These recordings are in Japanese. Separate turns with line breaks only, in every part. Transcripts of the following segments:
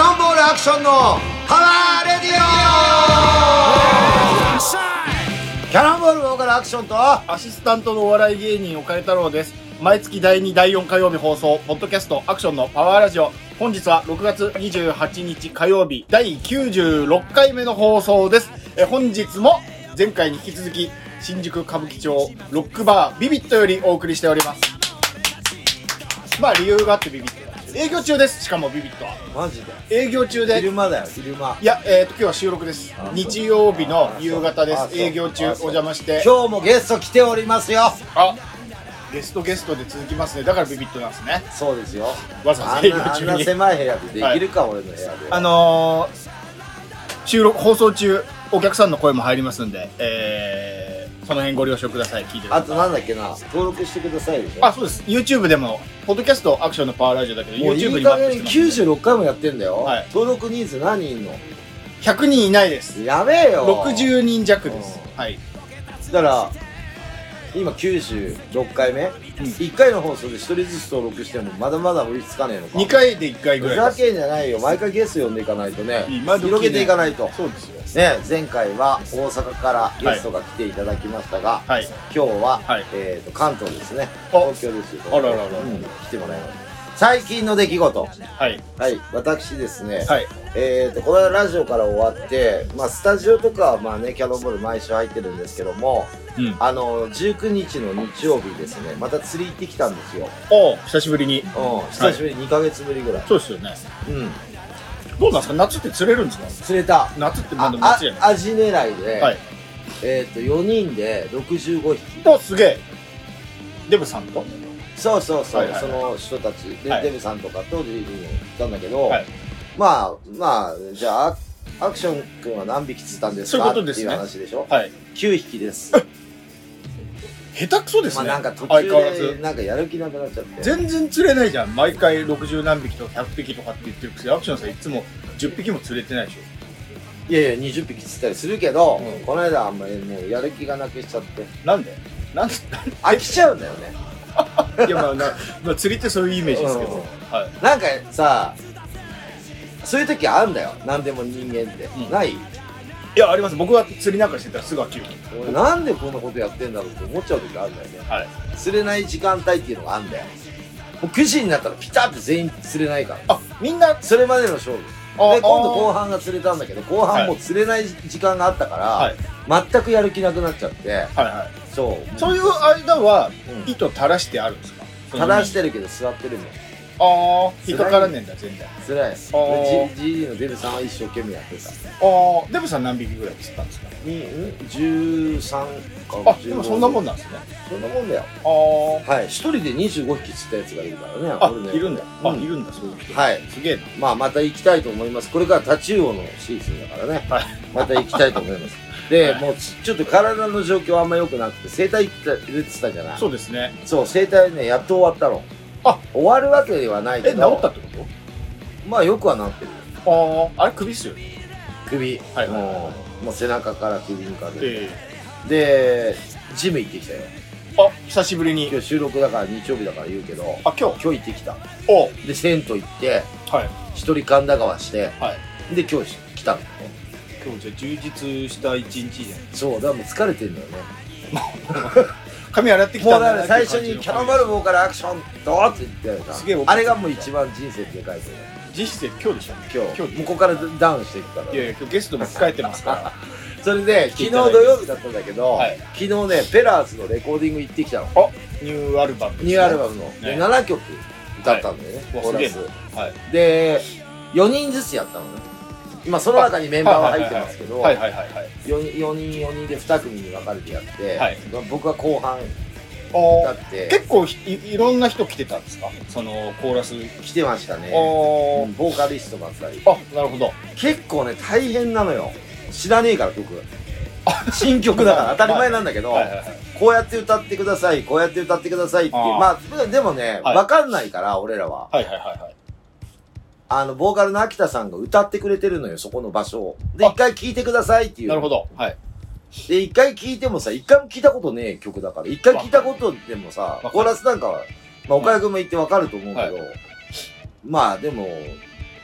ションのパワーレディオキャノンボールボーカルアクションと
アシスタントのお笑い芸人岡井太郎です。毎月第2、第4火曜日放送、ポッドキャストアクションのパワーラジオ。本日は6月28日火曜日、第96回目の放送です。え本日も前回に引き続き、新宿歌舞伎町ロックバービビットよりお送りしております。まあ理由があってビビットなんですけど営業中です。しかもビビットは。
マジで
営業中で
昼間だよ昼間
いや、えー、と今日は収録です
あそう
日曜日の夕方で
あ
す
そう
営業中お
あそう
邪魔して
今日もゲスト来ておりますよ
あゲストゲストで続きますねだからビビッとなんですね
そうですよ
わざわ
あ
ざ営
ん
業
なあん
中
な
に
狭い部屋でできるか、俺の部屋で
あのー、収録放送中お客さんの声も入りますんで、えー、その辺ご了承ください聞いてくだ
あ
さい
となんだっけな登録してくださいでしょ
あそうです YouTube でもポッドキャストアクションのパワーラジオだけど
もうい
YouTube
い
にも
加
アップ
減
してますんで
96回もやってんだよ、
はい
登録人数何人いんの
100人いないです
やべえよ
60人弱です
う
はい
だから今96回目、1回の放送で1人ずつ登録してもまだまだ追いつかねえのか
2回で1回ぐ
ふ
らい
ざ
です
けんじゃないよ毎回ゲスト呼んでいかないとね
今時ね
広げていかないと
そうですよ
ね前回は大阪からゲストが来ていただきましたが、
はい
今日は、
はい
えー、と関東ですね
あ
東京ですよ
あらららら
うん来てもらいました最近の出来事
はい
はい私ですね、
はい
えー、とこの間ラジオから終わって、まあ、スタジオとかはまあ、ね、キャノンボール毎週入ってるんですけども
うん
あの19日の日曜日ですねまた釣り行ってきたんですよ、
おう久しぶりに
うん、久しぶり、2ヶ月ぶりぐらい、
そうですよね
うん、
どうなんですか夏って釣れるんですか
釣れた
夏ってま
あ
だ
あ
夏じゃない
アジ狙いで、
はい
えー、と4人で65匹
おすげえデブさんと
そうそうそう、
はいはい
その人たちで、
はい
デブさんとかとリリーに行ったんだけど、
はい
まあまあじゃあアクション君は何匹釣ったんです
そうい
か
うことで
っ
すね
ていう話でしょ
はい
9匹です
下手くそです
まあ
ね、
なんか途
相
中
変わらず
でなんかやる気なくなっちゃって
全然釣れないじゃん毎回60何匹とか100匹とかって言ってるくせにアクションさんいつも10匹も釣れてないでし
いやいや20匹釣ったりするけど、
うん
この間あんまりもうやる気がなくしちゃって
ょなんでなんで
飽きちゃうんだよね
いやまあな、まあ、釣りってそういうイメージですけど、
うん
はい
なんかさそういう時あんだよ何でも人間って、
うん
ない
いやあります僕は釣りなんかしてたらすぐ飽きる
俺なんでこんなことやってんだろうって思っちゃう時あるんだよね
はい
釣れない時間帯っていうのがあるんだよもう9時になったらピタッて全員釣れないから
あみんなあ
それまでの勝負で今度後半が釣れたんだけど後半もう釣れない時間があった
は
か
い
ら、全くやる気なくなっちゃって
はいはい
そう
そういう間は
うん
糸垂らしてあるんですか
垂らしててるけど座ってるもん
ああ引っかからねえんだ全然あ
つらいです
ー
GG のデブさんは一生懸命やってた
あデブさん何匹ぐらい釣ったんですか
にん13か
あでもそんなもんなんですね
そんなもんだよ
ああ
はい一人で25匹釣ったやつがいるからね
あ
俺ね
いるんだ、あ
うん
いるんだそういう人
はい
すげえな
まあまた行きたいと思います。これからタチウオのシーズンだからね。
はい
また行きたいと思い ます。で、
はい
もうちちょっと体の状況あんま良くなくて、整体行った言ってたじゃない
そうですね
そう、整体ね、やっと終わったの。
あ
終わるわけではないけ
え治
ど。
ったってこ
まあよくはなってる。
とあああれ首っすよね
首。
はいはいはい
もう、もう背中から首にかけて。
え
で、ジム行ってきたよ。
えあ久しぶりに
今日収録だから日曜日だから言うけど、
あ今日
今日行ってきた。
お
で、銭湯行って、
はい
一人神田川して、
はい
で、今日来たのね。
今日じゃあ充実した一日じゃない
そう、だからもう疲れてんだよね。
髪洗ってき
も
た
う
ん
だ
だ
か
な
ら
って
最
いう感
初
じ
に
の
キャノンバルボーからアクションドーって言ったよ
すげえ大き
ないあれがもう一番人生でかいと思う
実質今日でしょ
今
今
日
日
もうここからダウンしていくから
いやいや今日ゲストも控えてますから
それで昨
来て
日
いただい
土
て
曜日だったんだけど、
はい
昨日ねペラーズのレコーディング行ってきたの
あニューアルバムですね
ニューアルバムの、で
ね
7曲歌ったんだよね、
はい
コーラス
うはい
で4人ずつやったのね今その中にメンバーは入ってますけど
はいはいはいはい
4人4人4人で2組に分かれてやって、
はい
僕は後半
お
だって
結構ひいいろんな人来てたんですかそのコーラス
来てましたね
お
うんボーカリストが2人
あなるほど
結構ね大変なのよ知らねえから曲新曲だから当たり前なんだけど、
はいはいはい
こうやって歌ってくださいこうやって歌ってくださいって
あー
まあでもね、
はい
わかんないから俺らは
はいはいはいはい
あのボーカルの秋田さんが歌ってくれてるのよそこの場所をで
あ
一回聴いてくださいっていう
なるほどはい
で一回聴いてもさ一回も聴いたことねえ曲だから一回聴いたことでもさ
かる
コーラスなんかは、まあ、岡谷君も言ってわかると思うけど、まあでも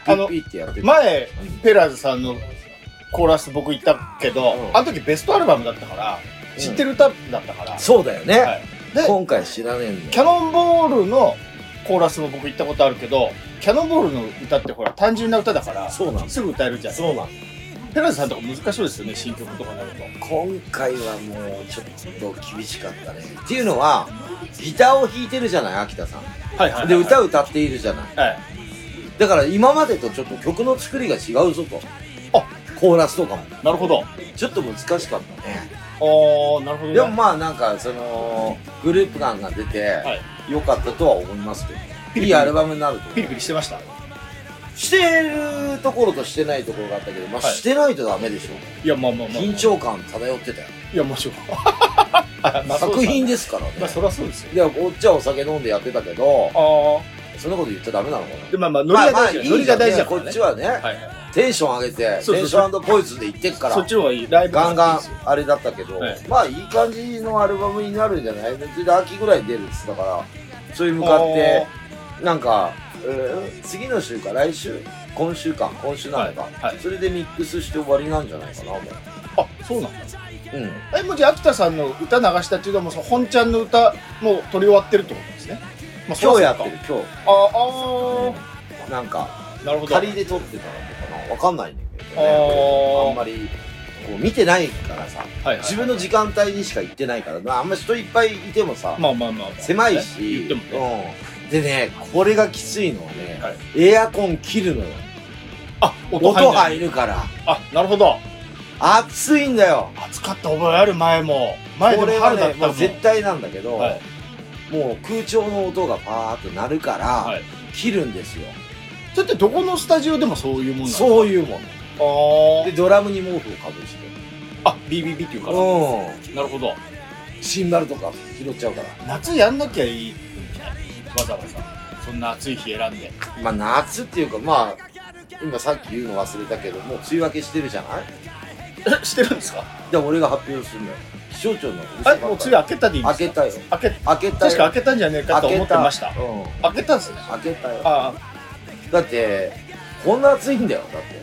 ピ
あの
ッピッってやってた
前、ペラーズさんのコーラス僕行ったけど、
うん
あの時ベストアルバムだったから、
うん
知ってる歌だったから、
そうだよね、
はいで、
今回知らねえんだ
キャノンボールのコーラスも僕行ったことあるけど、キャノンボールの歌ってほら、単純な歌だから、
そうなんです
ぐ歌えるじゃん。
そうなん
ペラーズさんとか難しそうですよね、新曲とかになると。
今回はもうちょっと厳しかったねっていうのはギターを弾いてるじゃない秋田さん
はいはいはい、
で歌
う。
歌っているじゃない
はい。
だから今までとちょっと曲の作りが違うぞと
あ
コーラスとかも
なるほど。
ちょっと難しかったね
おー、なるほどね。
でもまあなんかそのグループ感が出て
はい
良かったとは思いますけど、い、いアルバムになると
ピリピリしてました。
してるところとしてないところがあったけど、まあ、
はい
してないとダメでしょ
いや、まあまあまあ。
緊。張感漂ってたよ
いや、もちろん。 まあそう
作
です
品
ね
ですからね
まあ、そりゃそうですよ。
いやおっちゃんお酒飲んでやってたけど
あ
そんなこと言っちゃダメなのかな
あ。で、まあまあ、ノリが大事だ、ノリが大事だか
こ
らね。
っちはね、
はいはい。
テンション上げて
そう
テ
そう
ンシ
そう
ョンポイズンで行ってっから
そっちの方がいい。ライブ
ガンガン
ですよ
あれだったけど、
はい
まあいい感じのアルバムになるんじゃないそれで秋ぐらいに出るっつったからそれに向かってなんか、えー次の週か来週今週か今週なのか、
はいはい
それでミックスして終わりなんじゃないかなもう
あーあ、そうなんだ。
うん
え、もうじゃあ、秋田さんの歌流したっていうのは、もうその本ちゃんの歌、もう取り終わってるってことですね。まあ
今日やって。
そ
る
ら
今
そうか
日なんか
あー、なるほど。
仮で撮ってたのかなわかんないんだけど
あ
ね
ー
あんまりこう見てないからさ
はいはい
自分の時間帯にしか行ってないから、まあ、あんま人いっぱいいてもさ、
まあまあまあまあ。
狭い
言
し、
ってもね。
うん、でねこれがきついのはね、
はい
エアコン切るのよ
あ、音
音
入んない
入るから
あ、なるほど。
暑いんだよ
暑かった覚えある前も。前で
こ
も
れは
春だっ
ね
た
も
も。
うん絶対なんだけど、
はい。
もう空調の音がパーって鳴るから、
はい
切るんですよ
それってどこのスタジオでもそういうもんなの
そういうもん
あ
で
ー
ドラムに毛布をかぶして
あ BBB っていうから
う
なるほど
んシンバルとか拾っちゃうから
夏やんなきゃいいんじゃないわざわざそんな暑い日選んで
まあ夏っていうかまあ今さっき言うの忘れたけどもう梅雨明けしてるじゃない
えしてるんですか
で俺が発表するのよ気象庁の
あもう梅雨明けたでいいんで
開
すか
けたよ
明け
開けたよ
確か明けたんじゃねえかと思ってました
うん
明けたんですね
開けたよ
あ
だってこんな暑いんだよだって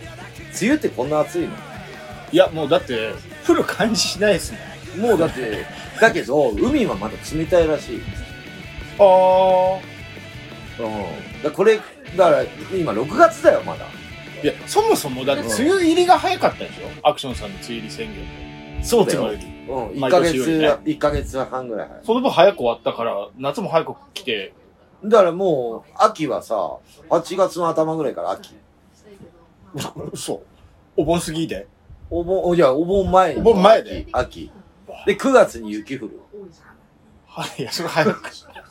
梅雨ってこんな暑いの
あいやもうだって降る感じしないですね
もうだってだけど海はまだ冷たいらしい、うん、
ああ
だこれだから今6月だよまだ
いやそもそもだって梅雨入りが早かったでしょアクションさんの梅雨入り宣言
そうだ
いつも
よ、う
よ
ん、
り
1
毎
ヶ
年よ
月、
りね
一ヶ月半ぐらい早い
その分早く終わったから夏も早く来て
だからもう秋はさ8月の頭ぐらいから秋
そうお盆過ぎで
お盆いやお盆前に
お盆前で
秋秋で9月に雪降る
はい、いや、それ早く。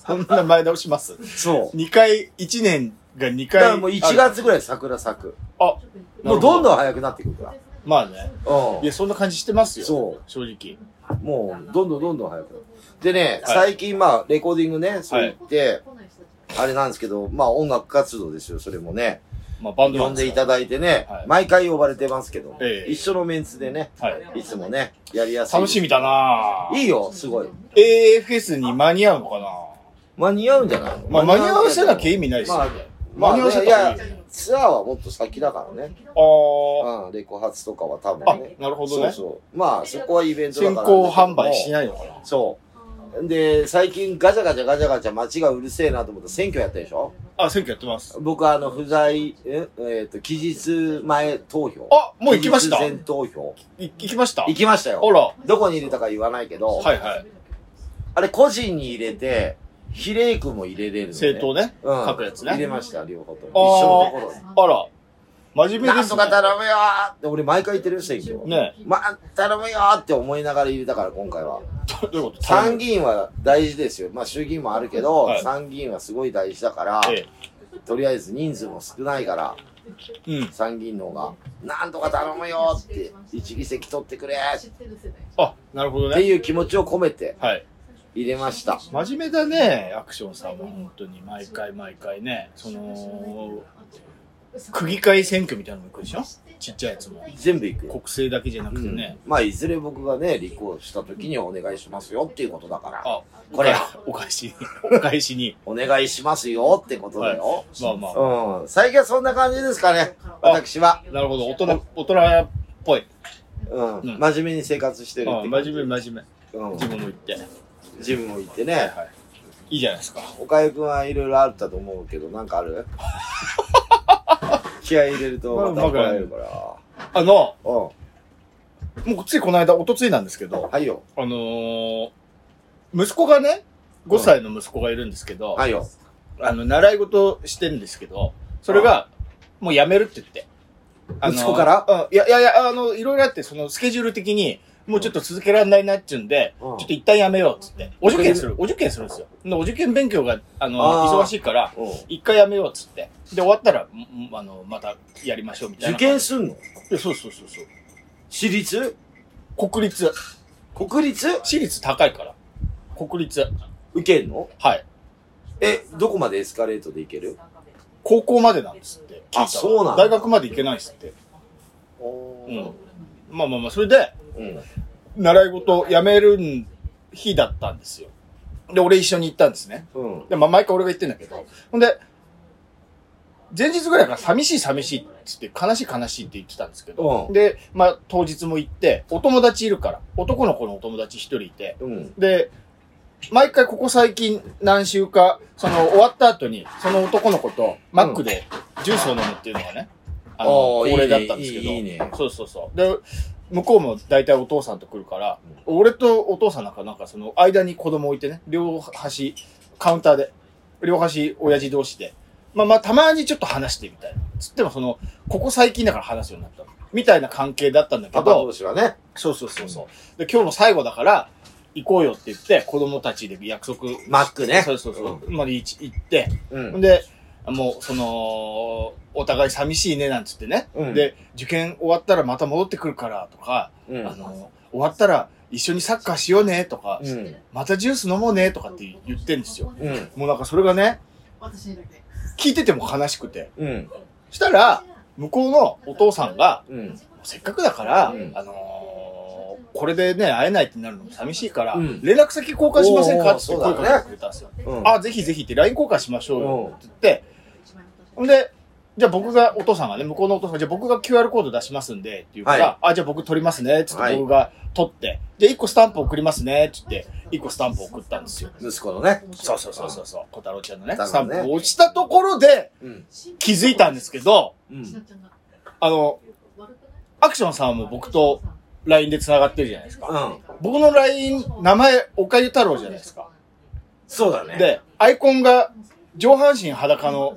そんな前倒します。
そう
2回、1年が2
だ
回。
からもう1月ぐらい桜咲く
あ、
もうどんど
ん。
ん早くなってくるから
まあね。
うん
いや、そんな感じしてますよ。
そう
正直。
もう、どんどんどんどん早く。でね、
はい
最近まあ、レコーディングね、そう言って、あれなんですけど、まあ音楽活動ですよ、それもね。
まあ、バンド
呼んでいた
だ
だいてね、
はい
毎回呼ばれてますけど、
ええ
一緒のメンツでね、
はい。
いつもね、やりやすい。
楽しみだなぁ
いいよ、すごい。
AFS に間に合うのかな
間に合うんじゃないの
まあ、間に合わせなきゃ意味ないですよ
まあ
ね。
まあ
間に合わせ
い
たら
や
いい。、
ツアーはもっと先だからね。
あー
うん、レコ発とかは多
あ
分ね。、
なるほど
そう
ね。
そう。まあ、そこはイベントだ
先
から。
行販売しないのかな
そう。で、最近ガチャガチャガチャガチャ街がうるせえなと思った選挙やったでしょ
あ、選挙やってます。
僕はあの、不在、ええーと、期日前投票。
あ、もう行きました
期日
い
前投票。
行きました
行きましたよ。
あら。
どこに入れたか言わないけど、
はいはい。
あれ個人に入れて、比例区も入れれるの、ね。
政党ね。
うん。
書くやつね
入れました、両方とも。
あ
一
ー
緒のところに。
あら。真面目
な
で
ん
す
と
ね
か。頼むよーって、俺毎回言ってるよ、選挙。
ね
まあ、頼むよーって思いながら入れたから、今回は。
どういうこと
参議院は大事ですよ。まあ、衆議院もあるけど、
はい
参議院はすごい大事だから、
え
とりあえず人数も少ないから、
えうん。
参議院の方が、なんとか頼むよって、一議席取ってくれ
あ、なるほど
って
ね。
いう気持ちを込めて
はい。
入れました。
真面目だね、アクションさんは本当に毎回毎回ね、その、区議会選挙みたいなのも行くでしょちっちゃいやつも。
全部行くよ
国政だけじゃなくてね。
うんまあ、いずれ僕がね、立候補した時にお願いしますよっていうことだから、
あ、
これよ
お返し、お返しに。
お願いしますよってことだよ。
まあま
うん。最近はそんな感じですかね、私は。
あ。なるほど、大人、大人っぽい。
うん。
うん
真面目に生活してるっ
あ
て。
真面目、真面
う
目。
ん
自。分も言って。
ジムも行って
はい
ね。
はい。いいじゃないですか。
岡井くんはいろいろあったと思うけど、なんかあ る気合い入れるとまた怒られるから。
あの、
うん。
もうついこの間、おとついなんですけど、
はいよ。
あのー、息子がね、5歳の息子がいるんですけど、
はいよ。
あの、習い事してんですけど、それが、もうやめるって言って。あの
息子から
うん。いやいやいや、あの、いろいろあって、その、スケジュール的に、もうちょっと続けられないなっていうんで、
うん
ちょっと一旦やめようってって。お受験する、お受験するんですよ。でお受験勉強が、あの、
あー
忙しいから、
うん。
一回やめようっつって。で、終わったら、んんあの、またやりましょうみたい
受
な。
験すんの
いやそうそうそうそう。
私立
国立。
国立
私立高いから。国立。
受けんの
はい。
え、どこまでエスカレートで行ける
高校までなんですって。
あ
聞いたら
そうなんだ
大学まで行けないっすって。
う
うん。まあまあまあ、それで、
うん。
習い事を辞める日だったんですよ。で、俺一緒に行ったんですね。
うん。
で、まあ、毎回俺が言ってんだけど。ほんで、前日ぐらいから寂しい寂しいって言って、悲しい悲しいって言ってたんですけど。
うん
で、まあ、当日も行って、お友達いるから、男の子のお友達一人いて。
うん。
で、毎回ここ最近何週か、その終わった後に、その男の子とマックでジュースを飲むっていうのがね、あの、
お
恒
ー
例だったんですけど。
いいねいいいいね
そうそうそう。で、向こうも大体お父さんと来るから、俺とお父さんなんかなんかその間に子供置いてね、両端、カウンターで、両端親父同士で、まあまあたまにちょっと話してみたいな。つってもその、ここ最近だから話すようになったの。みたいな関係だったんだけ
パ
ど、
パ同士はね。
そうそうそうそう。で、今日の最後だから、行こうよって言って、子供たちで約束。
マックね
そうそうそう。まで行行って、
うん。
で、もう、その、お互い寂しいね、なんつってね、
うん
で、受験終わったらまた戻ってくるから、とか、
うん
あの、終わったら一緒にサッカーしようね、とか、
うん。
またジュース飲もうね、とかって言ってんですよ。
うん。
もうなんかそれがね、
私だけ。
聞いてても悲しくて。
うん。
したら、向こうのお父さんが、
うん。
せっかくだから、
うん
あのーこれでね、会えないってなるのも寂しいから、
うん
連絡先交換しません
おー
かって
そ
声
うだね
かけてくれたんですよ。
うん。
あ、ぜひぜひって LINE 交換しましょうよって言って、ほ
うん
んで、じゃあ僕が、お父さんがね、向こうのお父さんが、じゃあ僕が QR コード出しますんで、っていうから、
は
あ、じゃあ僕取りますね、つっ
は
て
い
僕が取って、じゃあ1個スタンプ送りますね、つって、1個スタンプ送ったんですよ。
息子のね。
そうそうそうそうそう、小太郎ちゃんのね、
だ
ス
か
タ
らね
ンプを押したところで
うん。
気づいたんですけど、
うん。
あの、アクションさんはもう僕と LINE で繋がってるじゃないですか。
うん。
僕の LINE、名前、おかゆ太郎じゃないですか。
そうだね。
で、アイコンが、上半身裸の、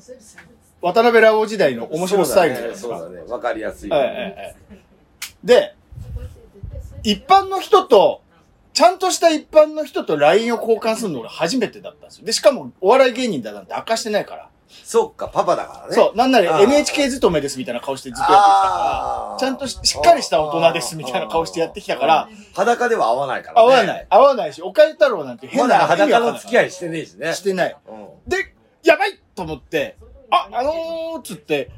渡辺ラオウ時代の面白スタイルじゃないです
そう
か。
だね。わかりやすい。
ええええええで、一般の人と、ちゃんとした一般の人と LINE を交換するの俺初めてだったんですよ。で、しかもお笑い芸人だなんて明かしてないから。
そっか、パパだからね。
そう、なんな
あ
ら
ー
NHK 勤めですみたいな顔してずっとやってきたか
あー
ら、ちゃんとししっかりした大人ですみたいな顔してやってきたから、
裸では合わないからね。
合わない。。合わないし、おかゆ太郎なんて変
ま
な
だ裸の付き合
い
いしてねえしね。
してない。
うん。
で、やばいと思って、あ、あのー、つって、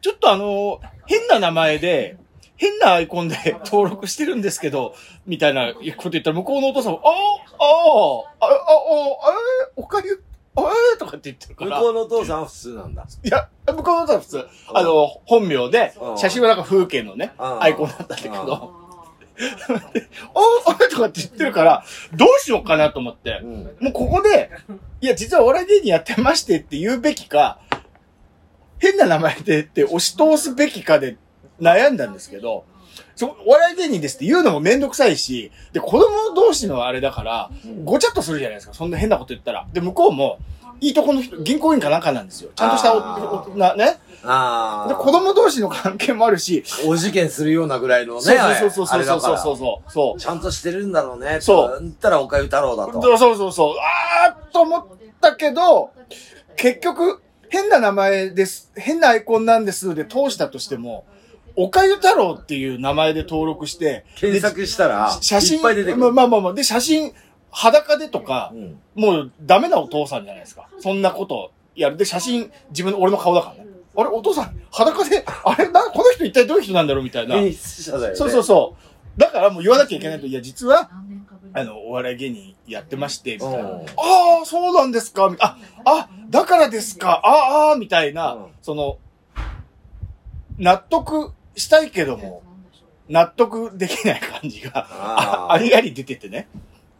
ちょっとあのー、変な名前で、変なアイコンで 登録してるんですけど、みたいなこと言ったら向こうのお父さんも、ああ、ああ、ああ、あえおかゆ、あえとかって言ってるか
向
ら
こ。うのお父さんは普通なんだ。
いや、向こうのお父さん普通、あの、本名で
う、ん
写真はなんか風景のね、
うん
アイコンだったんだけ
うん
ど、おあえとかって言ってるから、どうしようかなと思って
う。ん。
もうここで、いや、実はお笑い芸人やってましてって言うべきか、変な名前でって押し通すべきかで悩んだんですけど、そお笑い芸人ですって言うのもめんどくさいし、で、子供同士のあれだから、ごちゃっとするじゃないですか。そんな変なこと言ったら。で、向こうも、いいとこの人、銀行員かなんかなんですよ。ちゃんとしたお
あー
おな、ね。
あ
で、
あ。
子供同士の関係もあるし、
お受験するようなぐらいのね。
そうそうそうそうそうそう
う。
そうそう。そう
ちゃんとしてるんだろうね。。
そう
言ったらおかゆ太郎だと。
そうそうそう。あーっと思ったけど、結局、変な名前です、変なアイコンなんですで通したとしても、おかゆ太郎っていう名前で登録して、
検索したら、
で写真、
いっぱい出てく
まあ
る。
まあまあまあ、で、写真、裸でとか
う、ん。
もうダメなお父さんじゃないですか。そんなことやる。で、写真、自分、俺の顔だからね。あれ、お父さん、裸で、あれ、な、この人一体どういう人なんだろうみたいな。
演出者だよね。
そうそうそう。だからもう言わなきゃいけないと、いや、実は、あの、お笑い芸人やってまして、みたいな。
うん
ああ、そうなんですか、みあ、あ、だからですか、あーあー、みたいな、
うん
その、納得したいけども、納得できない感じが、
あー
あありあり出ててね。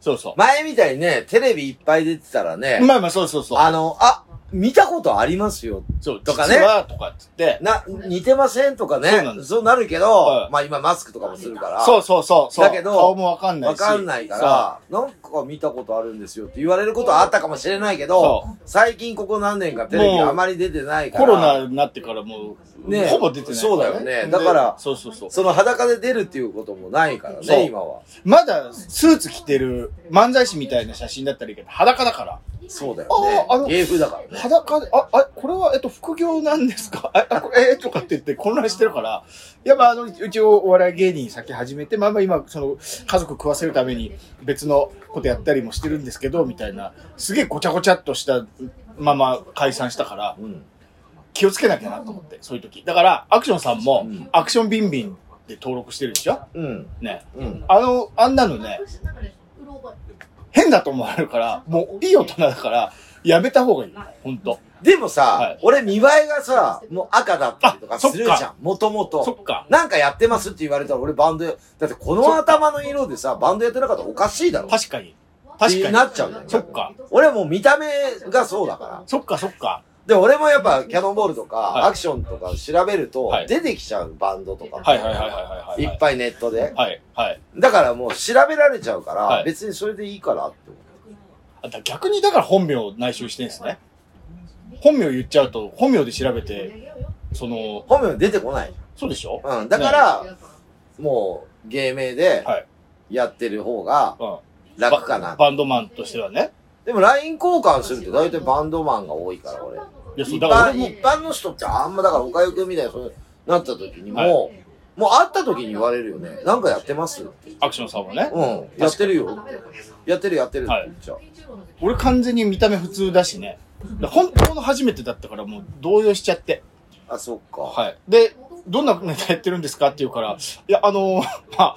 そうそう。
前みたいにね、テレビいっぱい出てたらね、
まあまあ、そうそうそう。
あの、あ、見たことありますよ。
そう、
とかね
実は、とかっつって、
な、似てませんとかね。
そ
そううなん
な
ん
で
ですす。そうなるけど、
はい
まあ今マスクとかもするから。
そうそうそうそう。
だけど
顔もわかんない
わ
し。
かんないから、なんか見たことあるんですよって言われることはあったかもしれないけど、
そう。
最近ここ何年かテレビあまり出てないから。
コロナになってからもう、
ね
ほぼ出てないから、
そうだよねだから
でそうそうそう。
その裸で出るっていうこともないから
そう
ね、今は。
まだスーツ着てる漫才師みたいな写真だったらいいけど、裸だか
そうだ
あーあ
よ
の
ね。芸風だから
ら。
ね。
裸で、あ、あ、これは、えっと、副業なんですかあ、あこれえーとかって言って混乱してるから、いや、まあ、あの、うちお笑い芸人先始めて、まあまあ今、その、家族食わせるために別のことやったりもしてるんですけど、みたいな、すげえごちゃごちゃっとしたまま解散したから、
うん。
気をつけなきゃなと思って、そういう時。だから、アクションさんも
うん、
アクションビンビンで登録してるでしょ
うん。
ね。
うん。
あの、あんなのね、変だと思われるから、もういい大人だから、やめた方がいい。ほんと。
でもさ、
はい
俺見栄えがさ、もう赤だったりと
あ
か
そっ
す
か
るじゃん。もとも
そ
と。
っか。
なんかやってますって言われたら俺バンドや、だってこの頭の色でさ、バンドやってなかったらおかしいだろ。
確かに。確かに。
なっちゃうじゃん
そっか。
俺はもう見た目がそうだから。
そっかそっか。
で、俺もやっぱキャノンボールとか
い
アクションとか調べると
はい
出てきちゃうバンドとかも。
はいはいはいはいはいはい。
いっぱいネットで。
はいはい。
だからもう調べられちゃうから、
はい
別にそれでいいからって思う。
あだ逆にだから本名を内緒にしてんですね。本名言っちゃうと、本名で調べて、その、
本名出てこない。
そうでしょ
うん。だから、もう芸名で
はい
やってる方が
うん。
楽かな。
バンドマンとしてはね。
でも LINE 交換するって大体バンドマンが多いから俺。
いや、そう、
一
だから
般
俺も
一、般の人ってあんまだから岡かゆくんみたいなそうなった時にもう、もう会った時に言われるよね。なんかやってます
アクションさんはね。
うん。やってるよ。やってるやってるって言っちゃう。
俺完全に見た目普通だしね。だ本当の初めてだったからもう動揺しちゃって。
あ、そっか。
はい。で、どんなネタやってるんですかって言うから、いや、あのー まあ、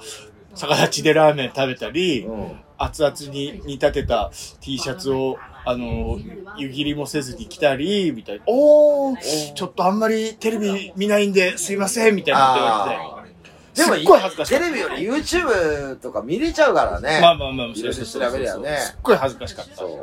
逆立ちでラーメン食べたり、
うん。
熱々に煮立てた T シャツを、あのー湯切りもせずに着たり、みたいな。おー、ちょっとあんまりテレビ見ないんですいません、みたいなこと言わ
ああ。
れ
で
て。
も
すっごい恥ずかしか
テ
っ
レビより YouTube とか見れちゃうからね。
た。まあまあまあ、
いろいろ調べりゃね
すっごい恥ずかしかった。
そう。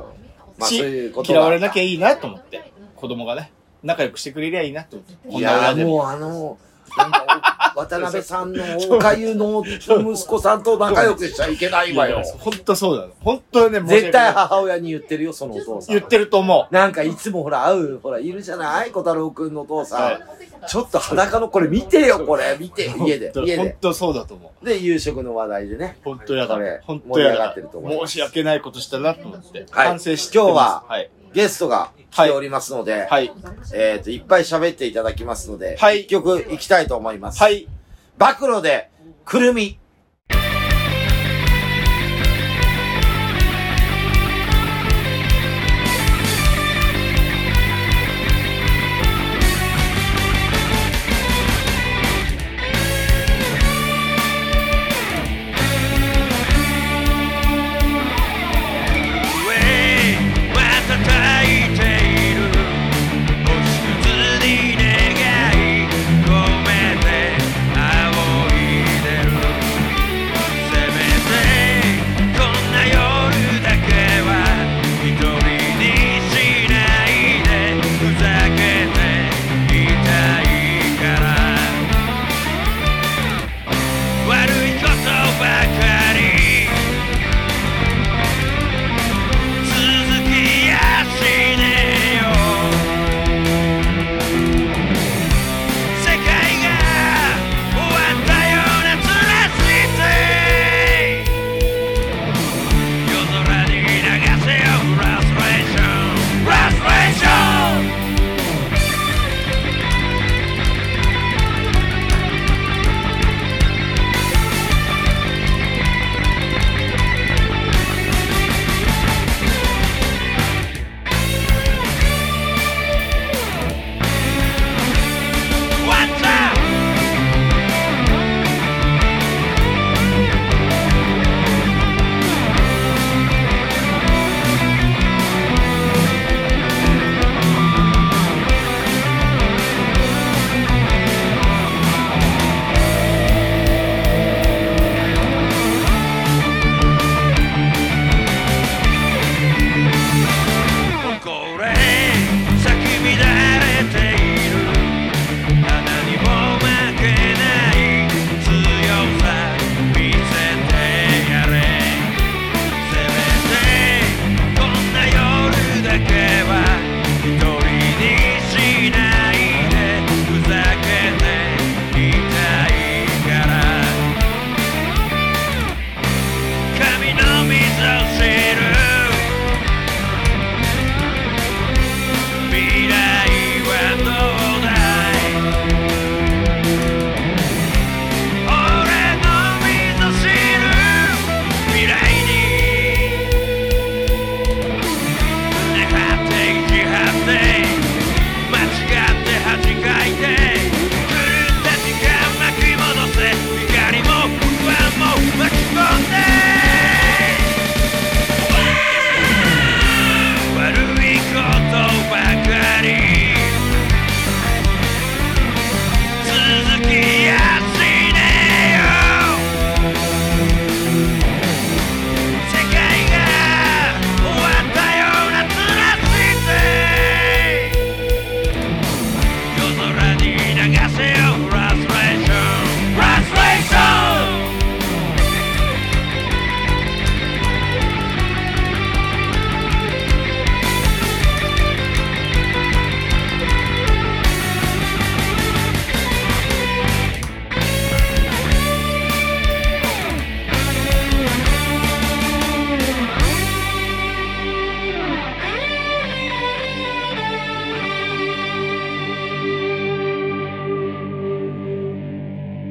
まあそう
し
いうこと
嫌われなきゃ
ゃ
いいなと思って、子供がね、仲良くしてくれりゃいいなと思って。こ
い
んな
や
親で
ー
も。
もうあの、なんかお渡辺さんのおかゆの息子さんと仲良くしちゃいけないわよ。
本当そうだよ。本当ね、申し訳
絶対
ない
母親に言ってるよ、そのお父さん。
言ってると思う。
なんかいつもほら、会う、ほら、いるじゃない小太郎くんのお父さん。
はい
ちょっと裸の、これ見てよ、これ。見て、家で
本。当
家
本
で。
当そうだと思う。
で、夕食の話題でね。
本当やだ
これ。
本当や
盛り上が
だ
ってると思い。ます
申し訳ないことしたなと思って。
はい
反省して
今
ます
日は
はい。
ゲストが来ておりますので、
はい。
えっ、と、いっぱい喋っていただきますので、
はい
一曲行きたいと思います。
はい。
暴露で、くるみ。
「またたいている」「星屑に願い込めて仰いでる」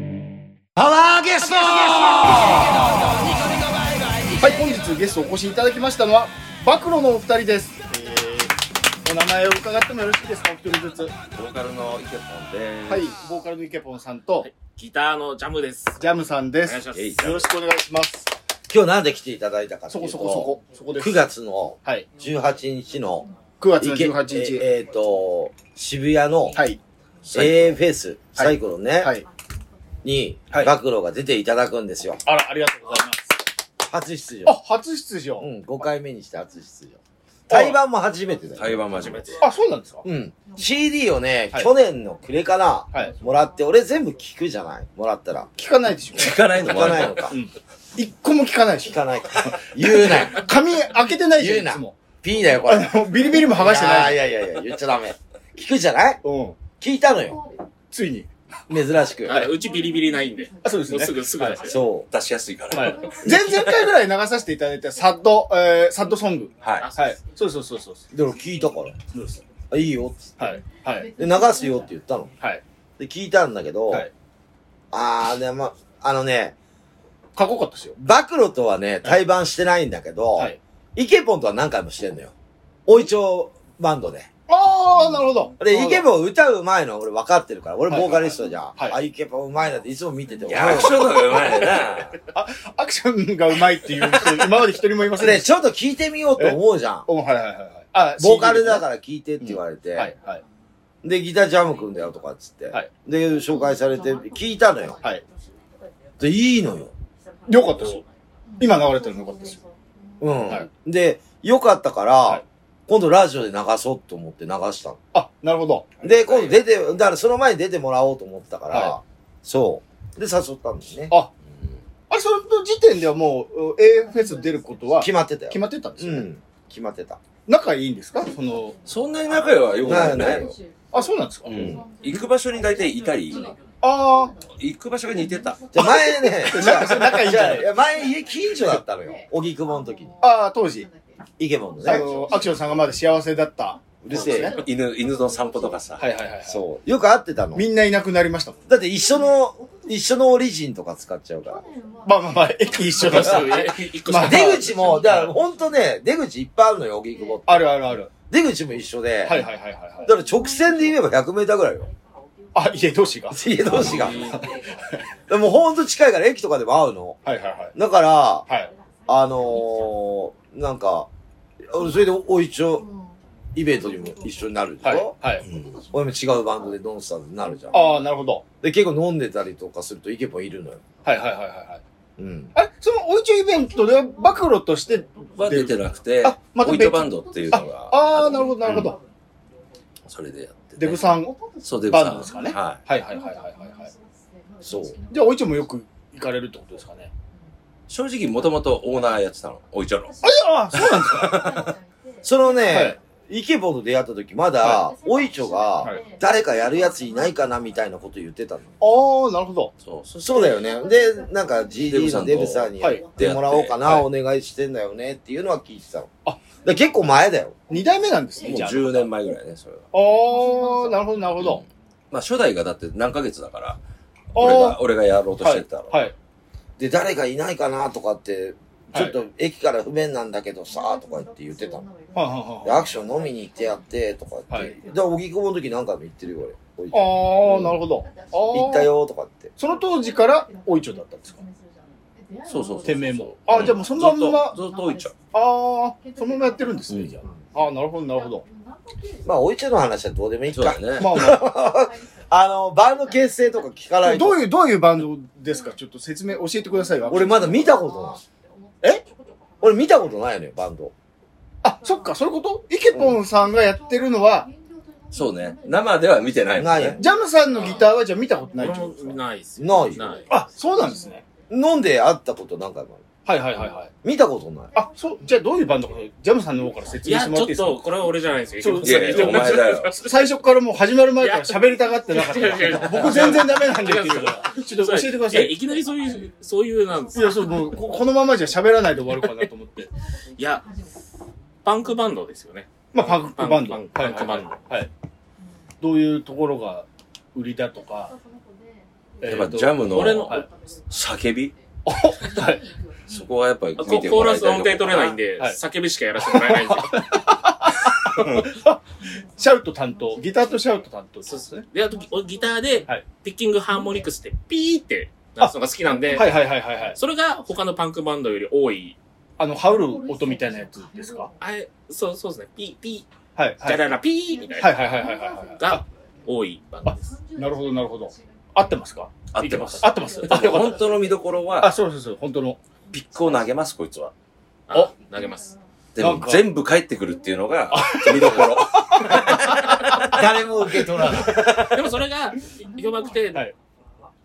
ゲスト
はい、本日ゲストお越しいただきましたのは、暴露のお二人です。えーお名前を伺ってもよろしいですか、お一人ずつ。は
ボーカルのイケポンです。
い、ボーカルのイケポンさんと、
ギターのジャムです。
ジャムさんで
お願
す。
いし
よ
ます。
えい
ろしくお願いします。
今日なんで来ていただいたかって
そ
いう
ことそこそこ、そこです。
9。月の
はい。
18日の
9月の
池
18日。
えっ、えーと渋谷の
はい。
AA フェスサイコロね、
はい。
に
はい
暴露が出ていただくんですよ
あら、ありがとうございます。
初出
あ
場、
初出場。
うん5回目にして初出場対バンも初めてだよ、
台湾真面目
あ、そうなんですか
うん CD をね、
はい
去年の暮れかな
はい。
もらって俺全部聞くじゃないもらったら
聞かないでしょ。
聞かないの
聞かないのか
一個も聞かないでし
聞
ょ。
かないか言うなよ
髪開けてないじゃん、い
言うな
つも。
P だよこ
あ
れ
の、ビリビリも剥がしてな
い
いし。
やいやいやいや言っちゃダメ聞くじゃない
うん。
聞いたのよ
ついに。
珍しく、
はい、うちビリビリないんで。
あ、そうです
もう
ね。
すぐ、すぐ出せる。
そう
出しやすいから。
はい。前々回ぐらい流させていただいたサッド、えー、サッドソング。
はい。
あ
はい。そうそうそうそう。
だから聞いたから
そうです。
あいいよっつって
はい。はい。
で流すよって言ったの
はい。
で聞いたんだけど、
はい
あーでまあのね
かっこよかったですよ。
暴露とはね対バンしてないんだけど、
はい。
イケポンとは何回もしてんのよおいちょうバンドで
あー、なるほど。
でイケ
ン。
ポン歌う前の俺分かってるから俺ボーカリストじゃん、
はいはい
あイケポンうまいなっていつも見てて
アクションの方がうまいな。
アクションがうまいっていう人、今まで一人もいません
で
でした。
ちょっと聞いてみようと思うじゃん
おはいはいはいはい。あ。
ボーカルだからら聞いてって言われて、
はいはい。
で、ギタージャム君だよとかっつって、
はい
で、紹介されて、聞いたのよ。
はい。
で、いいのよ。
よかったですよ。今流れてるのよかったですよ。
うん。
はい
で、よかったから、
はい
今度ラジオで流そうと思って流したの。
あ、なるほど。
で、今度出て、だからその前に出てもらおうと思ったから、
は
そう。で、誘ったんですね。
ああれ、その時点ではもう、AF フェス出ることは
決
決
まってたよ。
まってたんですよ
う
ね。
ん。決まってた。
仲いいんですか その、
そんなに仲良は良くない
ない
よ。
あ、そうなんですか
うん。
行く場所に大体いたり、
あ
行く場所が似てた。
じゃあ前ね、
あ、 なんか仲いいんじ
じ
ゃ
ゃ
な
あ
い
いや前家近所だったのよ。荻窪の時に。
ああ、当時、
イケボンのね。
あの、アクションさんがまだ幸せだった。
うるせえよ。
犬、犬の散歩とかさ。
はいはいはい。
そう。よく会ってたの。
みんないなくなりましたもん。
だって一緒の、一緒のオリジンとか使っちゃうから。
まあまあまあ、駅一緒 だし。
一個し
ま
か
あ。
出口も、だからほんとね、出口いっぱいあるのよ、荻窪って。
あるあるある。
出口も一緒で。
はいはいはいはいはい
だ。から直線で言えば100メーターぐらいよ。
あ、家同士が。はい
家同士が。でもほんと近いから駅とかでも会うの。
はいはい。
だから、
はい。
あのー、なんか、それでお一応、イベントにも一緒になるでしょ、
はい。はい。
俺も違うバンドでドンスターズになるじゃん。
ああ、なるほど。
で、結構飲んでたりとかするとイケポンいるのよ。
はいはいはいはいはい。
うん。
あれ、そのおいちょイベントでは暴露として、
は出てなくて
あ、また
オイ
別
トバンドっていう
あ
のが。
あー、なるほどなるほど。
ど。それでやってね。
デブさん。
そう、デブさん。
バンドですかね
は
はいはいはいはいはいはい。
そう。
じゃあ、おいちょもよく行かれるってことですかね。
い。正直、もともとオーナーやってたの。おいちょの。
ああ、そうなんですか。
そのね、
はい
イケボと出会った時まだ、
は
おいちょが、
はい
誰かやるやついないかなみたいなこと言ってたの。
ああ、なるほど。
そう。そ
そうだよね。で、なんか GD のデ
デ
ブ
ブ
さ
さ
んにや
は
っ
い。
てもらおうかな、
はい
お願いしてんだよねっていうのは聞いてたの。
あ
だから結構前だよ。
二代目なんです
も
ね、
う
じゃあ。
10年前ぐらいね、それは。
ああ、なるほど、なるほ
う
ど
ん。まあ、初代がだって何ヶ月だから、俺
あ
が、俺がやろう
あ、
とし
は
て
い
たの。。
はい。
で、誰かいないかなとかって、ちょ
はい
っと駅から不便なんだけどさ、とか言って言ってたの。
はいはい
で
はい。
アクション飲みに行ってやって、とか
は
言っ
い
て。で、荻窪の時何回も行ってるよ、俺。おいちょ
ああ、なるほど。ああ。
行った。よ、とかって。
その当時から、おいちょだったんですか
そうそうそう。
店名もあじゃあもうそのまんま
ずっとずっとおいちょ。
ああ、そのままやってるんですね、じゃあ。ああ、なるほど、なるほど。
まあ、おいちょの話はどうでもいい
そう
か
だ。ね。
まあまあ。
あの、バンド結成とか聞かないと。
どういう、どういうバンドですかちょっと説明教えてくださいよ。
俺まだ見たことない。
え
俺見たことないのよ、バンド。
あ、そっか、そういうことイケポンさんがやってるのは、
そうね。生では見てないもん
ない
ね。
ジャムさんのギターはじゃあ見たことないってことですか
ないっす
ないよ
ない。
あ、そうなんですね。
飲んで会ったこと何回もある。
はいはいはいはい。
見たことない。
あ、そう、じゃあどういうバンドか、ジャムさんの方から説
い
明し
や、
て
ち
もら
ょ
っていいで
っ
すか
と、これは俺じゃないですよ。
いやいや、お前だよ。
最初からもう始まる前から喋りたがってなかった
いやいやいや
僕全然ダメなんでっていうから、ちょっと教えてくださ
や
い。
いきなりそういう、そういうなんです
いや、そう、もうこ、このままじゃ喋らないで終わるかなと思って。
いや、パンクバンドですよね。
まあ、パンクバンド。
パンクパンクバンド
はいはいはい。はい。どういうところが売りだとか、
え
やっぱジャムの
俺の、
はい
叫び
はい。
そこはやっぱり
コ
見ても
ー
ら
ラ
い
ス
たい
音
とこ
程取れないんで、
はい
叫びしかやらせてもらえないんで。
シャウト担当。ギターとシャウト担当。
そうです
ね。
で、あとギギターで
はい、
ピッキングハーモニクスってピーって鳴らすのが好きなんで、
はいはいはいはいはい。
それが他のパンクバンドより多い。
あの、ハウル音みたいなやつですか
あれ、そう、そうですね。ピー、ピ
はい。
ー、
は
ジ
い
ャララピーみたい
は
ない
はいはいはいはい。
が多いバンドです。
なるほどなるほど。合ってますか
合ってます
合ってます。あ、よかっ
本当の見どころ
た。あ、
は、
そうそうそう。本当の。
ピックを投げます、こいつは。
あ投げます。
で
なん
も
か
全部帰ってくるっていうのが見どころ。
誰も受け取らない。
でもそれが評判くて、
はい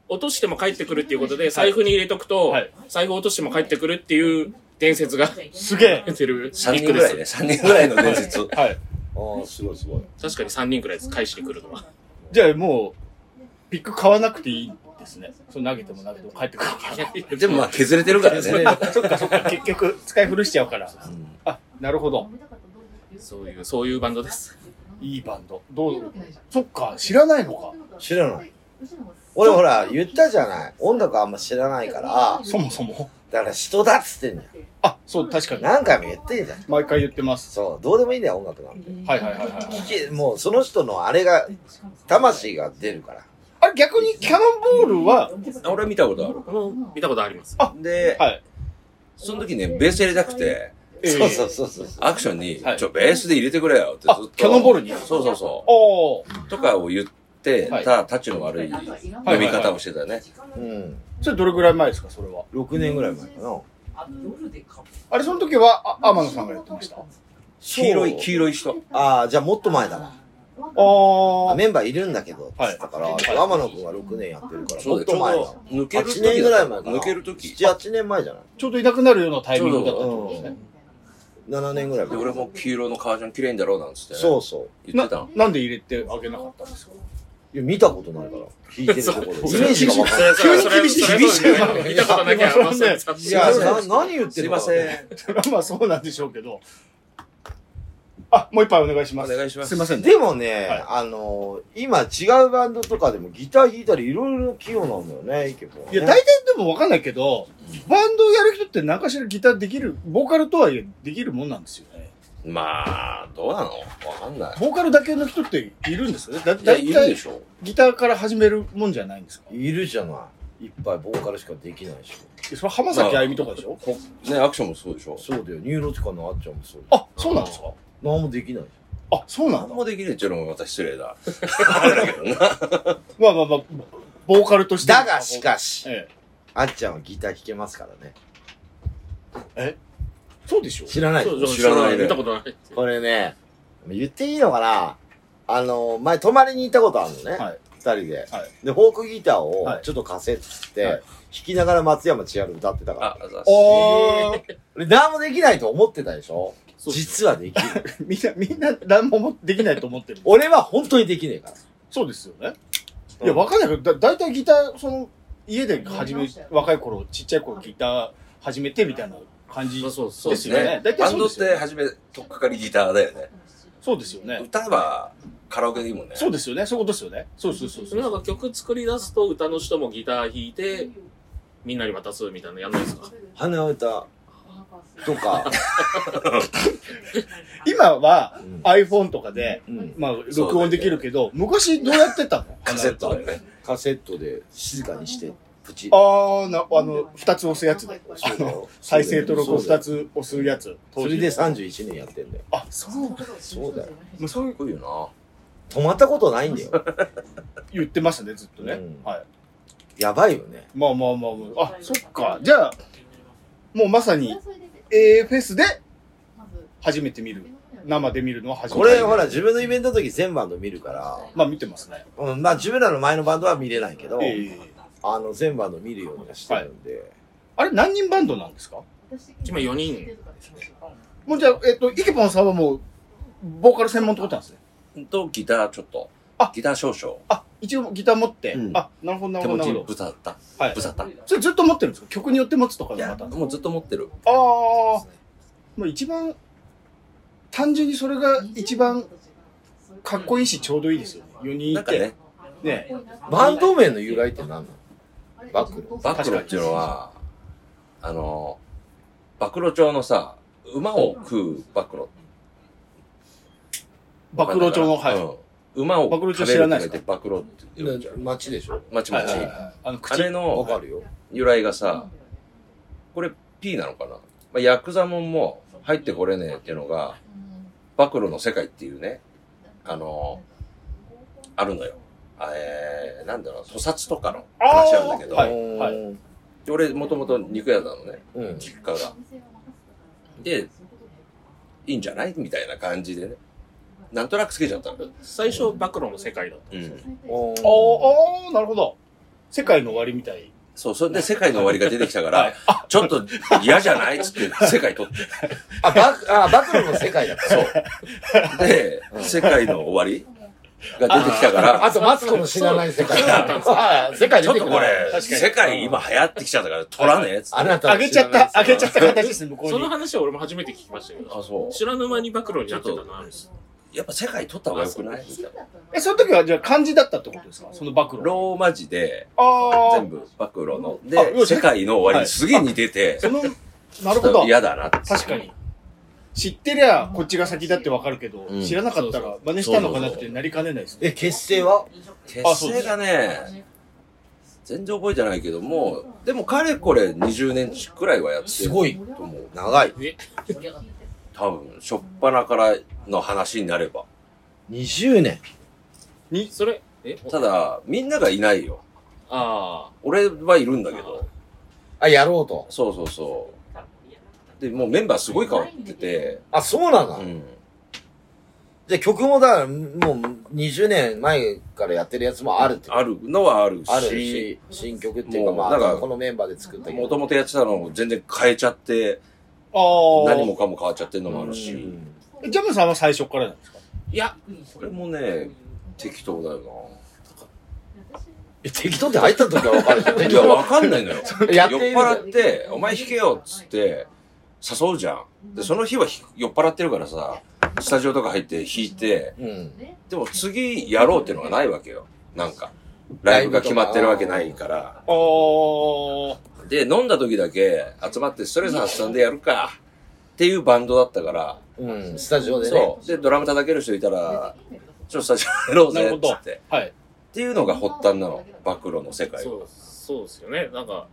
落としても帰ってくるっていうことで、財布に入れとくと、
はい
財布落としても帰ってくるっていう伝説が
すげ
出てる
3
ビッ
人
グ
ぐ
で
ら
す。
いね、3人ぐらいの伝説。
え。はい。
ああ、すごいすごい。
確かに3人くらいです、返しに来るのは。
じゃあもう、ピック買わなくていいんですね。その投げても投げても帰ってくるから。
でもまあ削れてるからね。
そっかそっか。結局、使い古しちゃうから。
うん
あ、なるほど。
そういう、そういうバンドです。
いいバンド。どうそっか、知らないのか。
知らない。俺ほら、言ったじゃない。音楽あんま知らないから、
そもそも。
だから人だっつってんじゃ
あ、そう、確か
ん。
に。
何回も言ってんじゃん。
毎回言ってます。
そう、どうでもいいんだよ、音楽なんて。
はいはいはいはい。
聞け、もうその人のあれが、魂が出るから。
あれ逆にキャノンボールは、
俺見たことある。
見たことあります。
で、
はい。
その時ね、ベース入れたくて、
えー
そうそうそうそう。
アクションに
はい、
ちょ、ベースで入れてくれよってずっ
あ
と。
キャノンボールに
そうそうそ
おー
う。とかを言って
はい、
た、たちの悪い呼び方をしてたね。
うん。
それどれぐらい前ですか、それは。
6年ぐらい前かな。
あれ、その時は、あ、天野さんがやってました。あ
黄色い、黄色い人。
ああ、じゃあもっと前だな。あ
ー。
メンバーいるんだけど、
はい
つったから、天野くんが6年やってるから、もっ
ちょ
と
う
前だ。
ど、抜ける
8年ぐらい前かな。
抜ける時。
7、8年前じゃない
ちょうどいなくなるようなタイミングだったってことですね。
?7 年ぐらい
で
前。
俺も黄色の革ジャン綺麗んだろうなんつってね
そうそう。
言っ
な
てたの。、
なんで入れてあげなかったんですか
いや、見たことないから。聞いてるところで。イメ
そう
ージがわかんない。
急に厳しい
それ
厳しい
それそうですね見たことな きゃ、まあそれ
そ
いや、
そう
な何言って
すい
る
ません。
それ はまあそうなんでしょうけど。あ、もう一杯お願いし
お
ます。
願いします。
すいませんね。
でもね、
はい
あの今違うバンドとかでもギター弾いたりいろいろ器用なんだよね、イケポンはね
いや、大体でもわかんないけど、バンドをやる人って何かしらギターできる、ボーカルとはいえできるもんなんですよね。
まあ、どうなのわかんない。
ボーカルだけの人っているんですよね。だ
い
大
や、いるで
体
しょ。
ギターから始めるもんじゃないんですか
いるじゃない。いっぱいボーカルしかできないし。
えそれ浜崎あゆみとかでしょ
こね、アクションもそうでしょ。
そうだよ、ニューロティカのあっちゃんもそうだよ。
あ、そうなんですか
何もできない
あ、そうな
あ
ん
ん
だ。
まできねえっていうのもまた失礼だ。あれだけどな。
まあまあまあ、ボーカルとし
じ
て。
ゃん。だが、しかし、
ええ。
あっちゃんはギター弾けますからね。
そうでしょ
知らない
そう
知らないね
見たことないですよ。
これね、言っていいのかなあの、前泊まりに行ったことあるのね。
はい
二人で、
はい
で、フォークギターを
はい
ちょっと貸せっつって、
はい
弾きながら松山千春歌ってたから。
あ、あざっす
おー。
俺、何もできないと思ってたでしょ
そう
実はできる。
みんな、みんな何もできないと思ってる。
俺は本当にできねえから。
そうですよね。
うん
いや、わかんないけど、だ、だいたいギター、その、家で始め、若い頃、ちっちゃい頃ギター始めてみたいな感じ
まあそうです
ですよね
ね。。
だいたい
バン
そう
ド
で
っ
すよ
て
ね。
初め、とっかかりギターだよね。
そうですよね。
歌はカラオケでいいもんね。
そうですよね。そういうことですよね。そうそうそう
そ
そ
れなん
う。
か曲作り出すと歌の人もギター弾いて、みんなに渡すみたいなのやんないですか
鼻歌と か、
今は
うん
iPhone とかで、
うん
まあ、録音できるけど、昔どうやってたの
カセットでね。
カセットで静かにして、プチ。
あー、な、あの、二つ押すやつだ。あ
そうだ
の
よ、
再生と録音二つ押すやつ。
それで31年やってんだよ。
あ、そう。
そうだよ。
もうそういう
かっこいいよ
止まったことないんだよ。
言ってましたね、ずっとね。
うん
はい。
やばいよね。
まあまあまあまあ。あ、そっか。じゃあ、もうまさに、A フェスで初めて見る。生で見るのは初めて
こ
見る。
れ、ほら、自分のイベントの時全バンド見るから、
まあ見てますね。
うん、まあ自分らの前のバンドは見れないけど、
ええ
あの全バンド見るようにはしてるんで、
あれ何人バンドなんですか
今4人。
もうじゃあ、えっと、イケポンさんはもう、ボーカル専門ってことなんですね。
な。と、ギターちょっと
あ。
ギター少々。
あ、一応ギター持って。
うん
あ、なるほど、な
手
るほど、
持
な
ち
るほ
ぶたった。
ど。はい
ぶ。さった。い
それずっと持ってるんですか曲によって持つとかの
や、
パターンです
もうずっと持ってる。
かああ。まあ一番、単純にそれが一番かっこいいしちょうどいいですよね。4人いて。
なんかね、
ね
バンド名の由来って何なの
バックロ
暴露っていうのは、あの、暴露帳のさ、馬を食う暴露。
暴露帳の、はい。
うん、馬を
暴露帳
食
知
べ
ら
る
ない
と
で
か
す
言って暴露って言うんじゃん。
街でしょ
まち
は
ま
い
ち
はい。はいあの、
あ
口。
れ
わ
の
かるよ。
由来がさ、これ P なのかな、まあ、ヤクザもんも入ってこれねえっていうのが、暴露の世界っていうね、あの、あるのよ。えー、なんだろう、屠殺とかの話あるんだけど、
はいは
で俺もともと肉屋なのね、
うん
実家が。で、いいんじゃないみたいな感じでね。なんとなくつけちゃったの。
最初、暴露の世界だった。
うん。
お
あーあー、なるほど。世界の終わりみたい。
そう、それで世界の終わりが出てきたか
は
ら
い、
ちょっと嫌じゃないっつって世界取って。
あ、バク、あ、バクロの世界だった。そう。
で、世界の終わりが出てきたから、
あと、マツコの死なない世界。
そうだったんですか
はい世界
ち
出
ょって
く
と
る
こ
確か
れ、
に
世界今流行ってきちゃったから取らねえっつって。
あなた。
あげちゃった、あげちゃったた形ですね、向こう
その
に。
話は俺も初めて聞きましたけど、
あ、そう。
知らぬ間に暴露になってたな、
やっぱ世界取った方が良くないみたいな
え、その時はじゃあ漢字だったってことですかその暴露。
ローマ字で、
ああ
全、部暴露の。
あ
で、世界の終わりにすげえ似てて、
その、な
ちょ
る
っ
ほ
と
ど。
嫌だなっつって
確かに。知ってりゃ、こっちが先だってわかるけど、
うん
知らなかったら、真似したのかなってなりかねないですね。
え、結成は
あ
結
そうで
成
す
がね、全然覚えてないけども、でもかれこれ20年くらいはやってる。
すごい
と思う。
長い。
多分、しょっぱなからの話になれば。
20年。
それ、え
ただ、みんながいないよ。
あ
俺はいるんだけど。
あ、やろうと。
そうそうそう。で、もうメンバーすごい変わってて、
あ、そうなの、
うん。
で、曲もだから、もう20年前からやってるやつもあるって。
あるのはある
ある
し
し、、新曲っていうか、
もう
まあ、
だから
このメンバーで作った
もともとやってたのを全然変えちゃって、
ああ。
何もかも変わっちゃってるのもある
う
し、
ん
えジャムさんは最初からなんですか
あ、いや、
これもね、適当だよ
え適当って入った時はわかるじゃん
な。い
適
や、
当
わかんないのよ。
やって
酔っ
る
払って、お前弾けよっつって、誘うじゃん。 で、その日はひ酔っ払ってるからさ、スタジオとか入って弾いて、
うん。
でも次やろうっていうのがないわけよ。なんか。ライブが決まってるわけないから。
ああ。
で、飲んだ時だけ集まってストレス発散でやるか。っていうバンドだったから。
うん、スタジオでね。
そう。で、ドラム叩ける人いたら、ちょっとスタジオやろう
なる
ぜ
ほ
っ
ど
つって。
はい。
っていうのが発端なの。暴露の世界
そ
は。
う、そうですよね。なんか、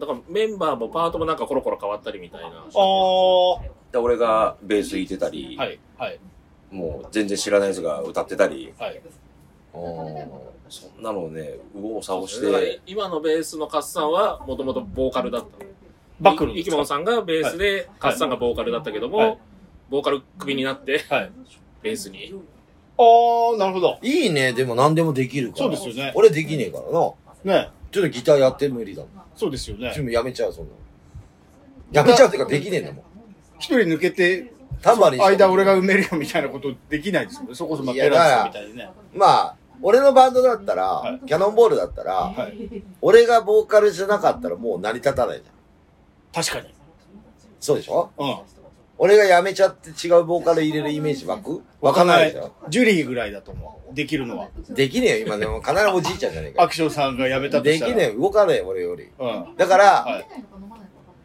だからメンバーもパートもなんかコロコロ変わったりみたいな。
ああ。は
で俺がベース弾いてたり、
い。はい。
もう全然知らない奴が歌ってたり、
はい。
お
そんなのをね、右往左往し
だから
て、
今のベースのカッサンはもともとボーカルだったの。
暴露
い
です
きも
か
んさんがベースで、カッサンがボーカルだったけど
はい
も、ボーカルクビになって、
はい。
ベースに。
ああ、なるほど。
ーいいね、でも何でもできるから。
そうですよね
俺できねえからな。ちょ
ね。
っとギターやって無理だもん。
そうですよね。
ちょっとやめちゃう、そんなの。やめちゃうっていうか、できねえんだもん。
一人抜けて、
タンバリンしか
間俺が埋めるよみたいなことできないですよね。そこそこ
い
ペ
や
ランスみたいにね。
まあ、俺のバンドだったら、
はい
キャノンボールだったら、
はい。
俺がボーカルじゃなかったらもう成り立たないじゃん。
確かに。
そうでしょ
うん。
俺がやめちゃって違うボーカル入れるイメージ湧く湧かないじゃん。
ジュリーぐらいだと思う。できるのは。
できねえよ、今でも。必ずおじいちゃんじゃねえ
ア
か
クションさんが辞めた
ら。
と
で
した
き
ら。
ねえよ、動かないよ、俺より。
うん。
だから、
はい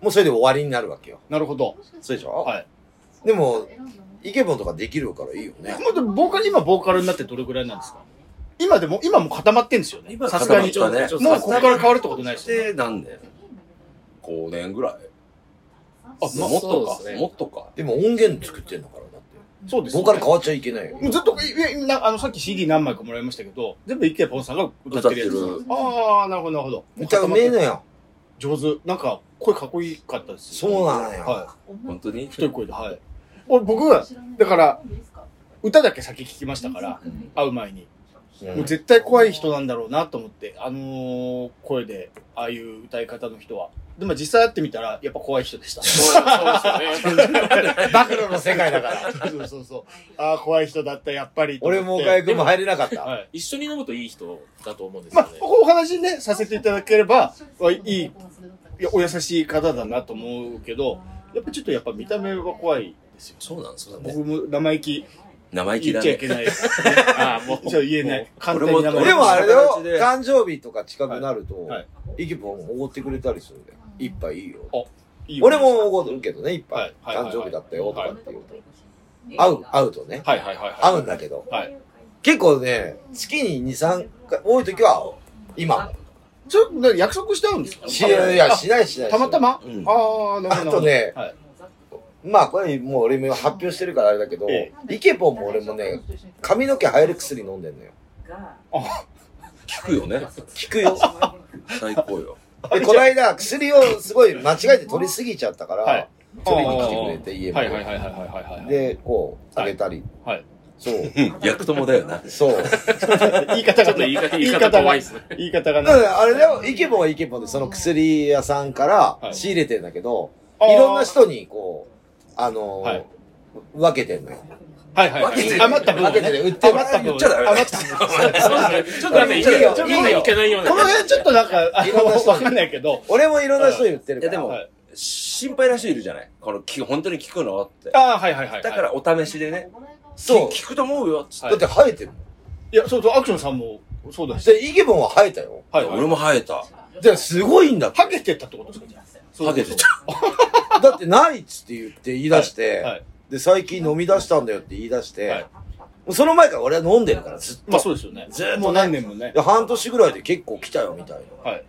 もうそれで終わりになるわけよ。
なるほど。
そうでしょ、
はい。
でも、イケボンとかできるからいいよね。
もうでもボーカル、今ボーカルになってどれぐらいなんですか今でも、今も固まってんですよね。さすがに。
固まったね
もうここから変わるってことないですよね。
で、何年 ?5 年ぐらい
あ、まあ
も
そ
っと
うで
か
す、ね
もっとか。
でも音源作ってんだから、だっ
そうで
て。
すよ
ボーカ
ね。
ル変わっちゃいけないよ。
もうずっと、いいなあの、さっき CD 何枚かもらいましたけど、全部イケポンさんが歌ってるやつ。
歌って
る
ああ、なるほど、なるほど。
歌うめえのよ。
上手。なんか、声かっこいいかったですよ。
そうなのよ。
は
本当に
い。太い声で、はい。お僕、だから、歌だけ先聞きましたから、会う前に。
うん
もう絶対怖い人なんだろうなと思って、あのー、声で、ああいう歌い方の人は。でも実際会ってみたら、やっぱ怖い人でした。
そうですよね。
暴露の世界だから。
そうそうそう。ああ、怖い人だった、やっぱり。
俺も岡
か
井君も入れなかった。
はい。
一緒に飲むといい人だと思うんです
ま
よ
あ
ね、。
お話ね、させていただければ、あいい、いやお優しい方だなと思うけど、やっぱちょっとやっぱ見た目は怖いですよ。
そうなんですよね
僕。も生意気
生意気
言
だ
っちゃ
ね
い。け ない。
ああ、もう。
じゃあ言えない。簡単に
俺も
名前
でもあれだよ
友達、で
誕生日とか近くなると、
はい
イケポンおごってくれたりするんだよ。一杯いいよ。
いいよ
俺もおごるけどね、一
は
杯
い。はいはい
誕生日だったよとかっていうと。
合
会
う
う、
合
会
う
うとね。
はいはいはいはい。
会うんだけど。
はい。
結構ね、月に2、3回、多い時は会う。今も。
ちょっと約束しちゃうんですか
しいや、しないしない。
たまたま
うん
ああ、なるほど。
あとね
はい
まあこれもう俺も発表してるからあれだけど
え、
イケポンも俺もね、髪の毛生える薬飲んでんのよ。
聞くよね。
効くよ。
最高よ。
で、この間薬をすごい間違えて取りすぎちゃったから、
はい
取りに来てくれて家ま
はい
で。
はいはいはいはいはいはい。
で、こう、あげたり。
はい
そう。
うん、役友だよな。
そう。
言い方
ち
が
ょっと言い方、言い
が
方怖いですね。
言い方が
だか
ね。
らあれだよ、イケボンはイケボンで、その薬屋さんか
は
ら
い
仕入れてんだけど、
あー
い、ろんな。人に、こう、あのー
はい
分けてんのよ。
はいはいはい。
分けてる
余った分を
分
ね
けてる売ってる
余った分を
言っちゃダメだ
余った分をね
そうですね。ちょっとなんか、いい
いいよ
ちょっとなんかいけないような。
この辺ちょっとなんか、あ
いろんな
の、
人
わかんないけど。
俺もいろんな人に言ってる
いや
か
で
ら。
も
はい
心配な人いるじゃないこの、き本当に聞くのって。
ああ、はいはいはいはい。
だからお試しでね、
そう
き聞くと思うよ、つって。
だって生えてるもん。
いや、そうそう、アクションさんも、そうだし。
で、イケボンは生えたよ。
はいはい。
俺も生えた。
で、すごいんだって。
ハゲてったってことですかじゃあそう
ハゲてた。
だってないっつって言って言い出して、
はい。
で、最近飲み出したんだよって言い出して、
はい
もうその前から俺は飲んでるから、ずっと。
まあそうですよね。
ずっとね
もう何年もね
で。半年ぐらいで結構来たよみたいな。
はい。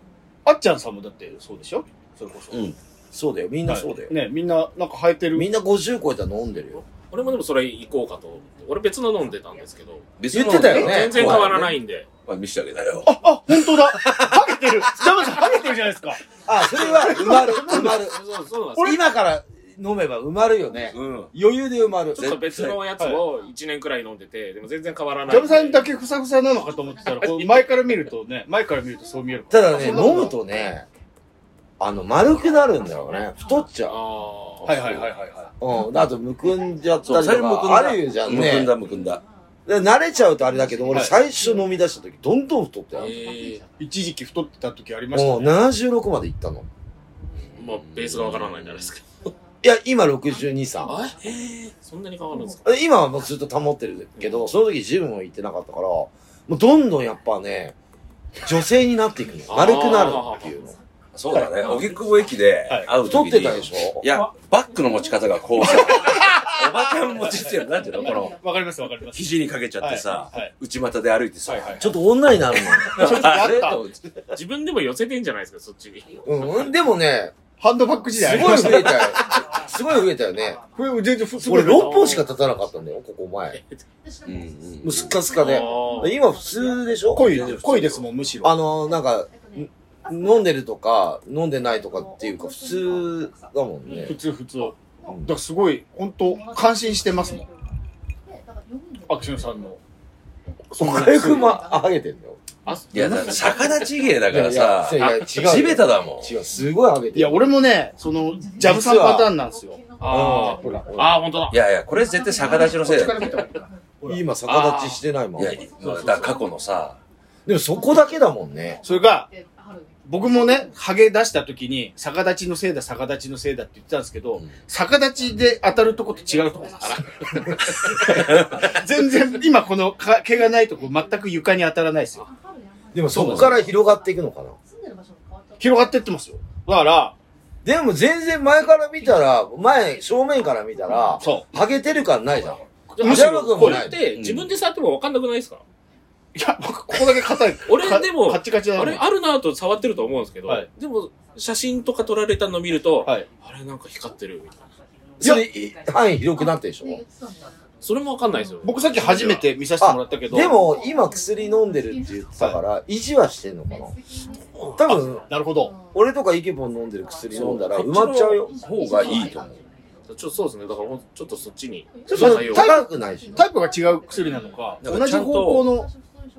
あっちゃんさんもだってそうでしょそれこそ。
うん。
そうだよ、みんなそうだよ。
ね、みんな、なんか生えてる。
みんな50超えたら飲んでるよ。
俺もでもそれ行こうかと思って。俺別の飲んでたんですけど。
別の。
言ってたよね
全然変わらないいんで。
まあ見せてあげなよ。
あ、あ、本当だ。ハゲてる。ダメさん、ハゲてるじゃないですか。
あ、それは埋まる、埋まる。
そうそうなんですよ
今から飲めば埋まるよね。
うん。
余裕で埋まる。
ちょっと別のやつを1年くらい飲んでて、でも全然変わらない
ジ
ん
ャム
で。
さんだけふさふさなのかと思ってたら、こう前から見るとね、前から見るとそう見える
ただね、
そんなこと
飲むとね、あの、丸くなるんだよね。太っちゃう。
ああ。
はいはいはいはいは
うん。あと、むくんじゃった
そう、
り
それ
と
むくん
か、
だ。
あるじゃん
むくん
ね。
だ、むくんだ。
で慣れちゃうとあれだけど、俺
はい
最初飲み出した時、どんどん太ったよ。も
ええ
い。一時期太ってた時あり
う
ましたね。
76までいったの。
まあ、ベースがわからないんじゃないですか。
いや、今62、3。
あええそんなに変わるんですか
今はもうずっと保ってるけど、その時ジムも行ってなかったから、もうどんどんやっぱね、女性になっていくの。丸くなるっていうの。
そうだね。荻窪駅で
はい
会う
太
時
っ
に
てたでしょ
いや、バッグの持ち方がこうさ、おばちゃん持ちっていうの、なんていうのこの、
わかりますわかります。
肘にかけちゃってさ
はいはい、
内股で歩いてさ
はい、はい。
ちょっと女になる
と、ちょっとや
あれ
った。
自分でも寄せてんじゃないですか、そっちに。
の。うん。でもね、
ハンドバッグ時代あ
す
り
ご
ま
い
した
増えたよ。すごい増えたよね。
これ全然ふすご
俺
い増えた。
6本しか立たなかったんだよ、ここ前。
うんうん
もうすっかすかで。
あ
今普通でしょ
濃い、濃いですもん、むしろ。
あの、なんか、飲んでるとか、飲んでないとかっていうか、普通だもんね
普。通普通。だか
うん
らすごい、本当感心してますもん。アクションさんの。
おかゆくま、あげてんだよ。
いや、だから逆立ち芸だからさ、
いや、いや違うよ。
地べただもん。
違う、すごいあげてる
いや、俺もね、その、ジャムさんパターンなんですよ。
あ
ほら、
ー。ああ、本当だ
い。やいや、これ絶対逆立ちのせいだよ。
今逆立ちしてないもん。
いや、
で
だから過去のさ、
もそこだけだもんね。
それが、僕もね、ハゲ出した時に、逆立ちのせいだ、逆立ちのせいだって言ってたんですけど、逆立ちで当たるとこと違うとこだから。全然、今このか毛がないとこ全く床に当たらないですよ。
でもそこから広がっていくのかな。
広がってってますよ。だから、
でも全然前から見たら、前、正面から見たら、
そ
ハゲてる感ないじゃん。
む
ジ
しろ
ャム君
こ
も
れ
な
っ
い。
て、自分で触っても分かんなくないですか
いや、僕、ここだけ硬い。
俺
か
でも
カッチカチなの
あれあるなぁと触ってると思うんですけど
はい、
でも、写真とか撮られたの見ると、
はい。
あれなんか光ってるみたいな。
それ、い範囲広くなってるでしょ
それも分かんないですよ。
僕さっき初めて見させてもらったけど、
でも、今薬飲んでるって言ってたから、維持はしてんのかな多分、
なるほど。
俺とかイケボン飲んでる薬飲んだら
そう
埋まっちゃうよ。
方がいいと思う。
ちょっとそうですね。だからほん、ちょっとそっちに。
ちょっ
そ
と
れ高くないし。
タイプが違う薬なのか、
だか
同
らち
じ
ゃんと
方向の、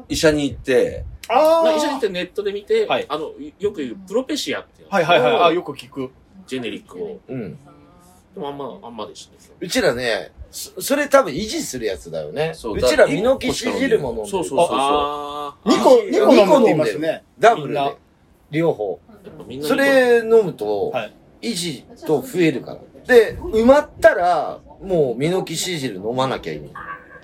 医者に行って、
あ
まあ、
ー
医者に行ってネットで見て、
はい
あの、よく言うプロペシアっていう。
はいはいはい。あー、よく聞く。
ジェネリックを。
うん。
でもあんま、あんまでしたね。
うちらね、そそれ多分維持するやつだよね。
そうう
ちら
だ
ミノキシジルも飲んでる。
そうそうそうそう。
あー
2個、
あー
二個飲むって言いますね。
ダブル
みんな
で。両方。
やっぱみんな
それ飲むと
は
維
い、
持と増えるから。で、埋まったら、もうミノキシジル飲まなきゃいい。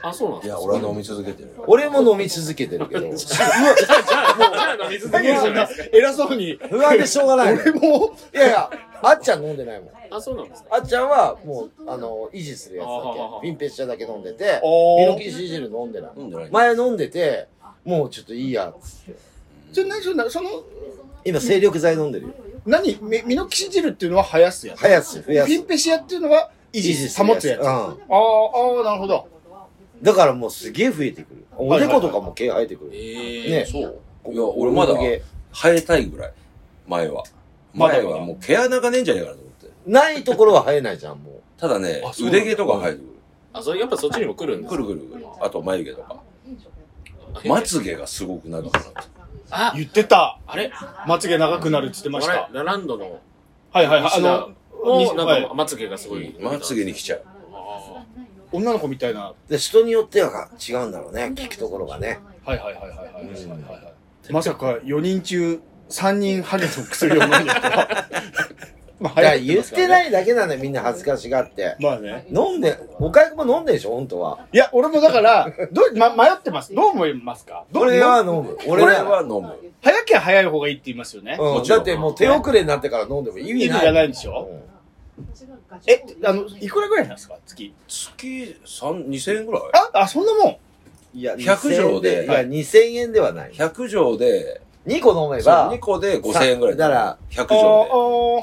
あ、そうなん
い
です
や、
か
俺は飲み続けてるよ。
俺も飲み続けてるけど、
じゃあ、じゃあ、じゃあ飲み続けるじゃないですか。
偉そうに、
不安でしょうがないの。
俺も、
いやいや、あっちゃん飲んでないもん。
あ、そうなんですか。
あっちゃんはもう、あの、維持するやつだ
あははは
け。ピンペス茶だけ飲んでて、ミ
お
ノキシジル飲んでない。
飲んでない。
前飲んでて、もうちょっといいやっつって。
じゃ、何、その、その、
今、精力剤飲んでるよ。
何、ミミノキシジルっていうのは生やすやつ。
生やす、増やす。
ピンペシアっていうのは維
維
持、
持する
保つやつ。
うん。
ああ、ああ、なるほど。
だからもうすげえ増えてくる。おでことかも毛生えてくる。
え
ね
そう。
いや、俺まだ
産毛
生えたいぐらい。前は。
まだ
前はもう毛穴がねえんじゃねえかなと思って。
ないところは生えないじゃん、も
ただね
あ、そうなんだ
腕毛とか生えて
あ、それやっぱそっちにも来るんで
く
す
る。
か
くるくるくる。あと眉毛とか。
え
まつ毛がすごく長くなって。
あ、
言ってた。
あれ
まつげ長くなるって言って
あ
ま
れ
した。
ラランドの
はいはいはい。あ
石田
の、
も、な
は
ん
い
か、まつげがすごい。
まつげに来ちゃう。
あ
女の子みたいな。は
う。で、人によっては違うんだろうね、聞くところがね。
いはいはいはいはいはい
うん
はい。まさか4人中3人ハゲの薬を飲んでるとはま
だから言って
い。
ないだけなんだよ、みんな恥ずかしがって。
まあね。
飲んで、岡井くんも飲んでるでしょ、本当は。
いや、俺もだ から、どう、ま、迷ってます。どう思いますかどう
俺は飲む。俺
俺
は。
は飲む。
早け早い方がいいって言いますよね。
う
も
ん、
ちろ
だ
ん
ってもう手遅れになってから飲んでも意
意味
味ない。
がないんでしょ
うん
え、あの、いくらぐらいなんですか月。
月3、2000円ぐらい
あ、あ、そんなもん。
いや、
100
2000
錠で
いや、2000円ではない。
?100 錠で、
2個飲めば
2、個で5000円ぐらい。
だから、
100
あー
錠で。
あ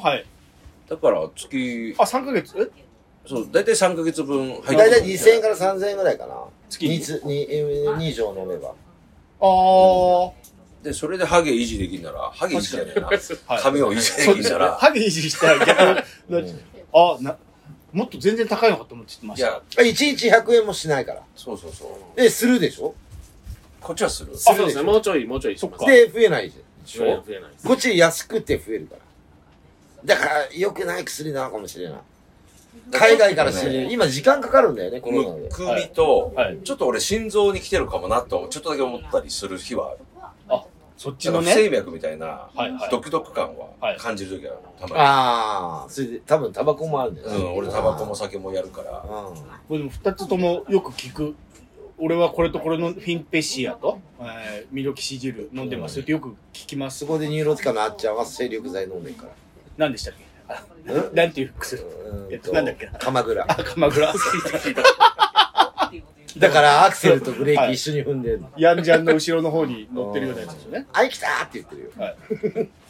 ー、はい。
だから月、
あ、3ヶ月え
そう、だいたい3ヶ月分入って
だいたい2000円から3000円ぐらいかな。
月に
2つ、2、2錠飲めば。
ああ、は
で、それでハゲ維持できんなら、ハゲ維持じゃねえな。
い。
髪を維持できんなら。
歯で維持したら逆
うん
に、あ、な、もっと全然高いのかと思ってま
い
した
や。、
1日100円もしないから。
そうそうそう。
え、するでしょ
こっちはする。
あそうですね。もうちょい、もうちょいします。
で、増えないでし
増え
ょ
増えないです。
こっち安くて増えるから。だから、良くない薬なのかもしれない。海外から仕入れる。今、時間かかるんだよね、コロナ
む
で。
くみと、
はい。
ちょっと俺心臓に来てるかもなと、ちょっとだけ思ったりする日はある。
そっち
だか
の
ら不整
ね。
脈みたいな、
はいはい。
独特感
は
はい感じる時はたま
ああ、それで、多分、タバコもあるんだよ
に。うん、俺タバコも酒もやるか
う
ら。
これでも2つともよく聞く。俺はこれとこれのフィンペシアと、えー、ミロキシジル飲んでますよってよく聞きま
ん。
す
そ。こでニューロティカのあっちゃんは精力剤飲んでるから。
何でしたっけあ
うん
なんていう薬
う
えっ
ん
となんだっけ
鎌倉。
あ、鎌倉。
だから、アクセルとブレーキ一緒に踏んでるの。
ヤンジャンの後ろの方に乗ってるようなやつですよね。
あい、来たーって言ってるよ。
はい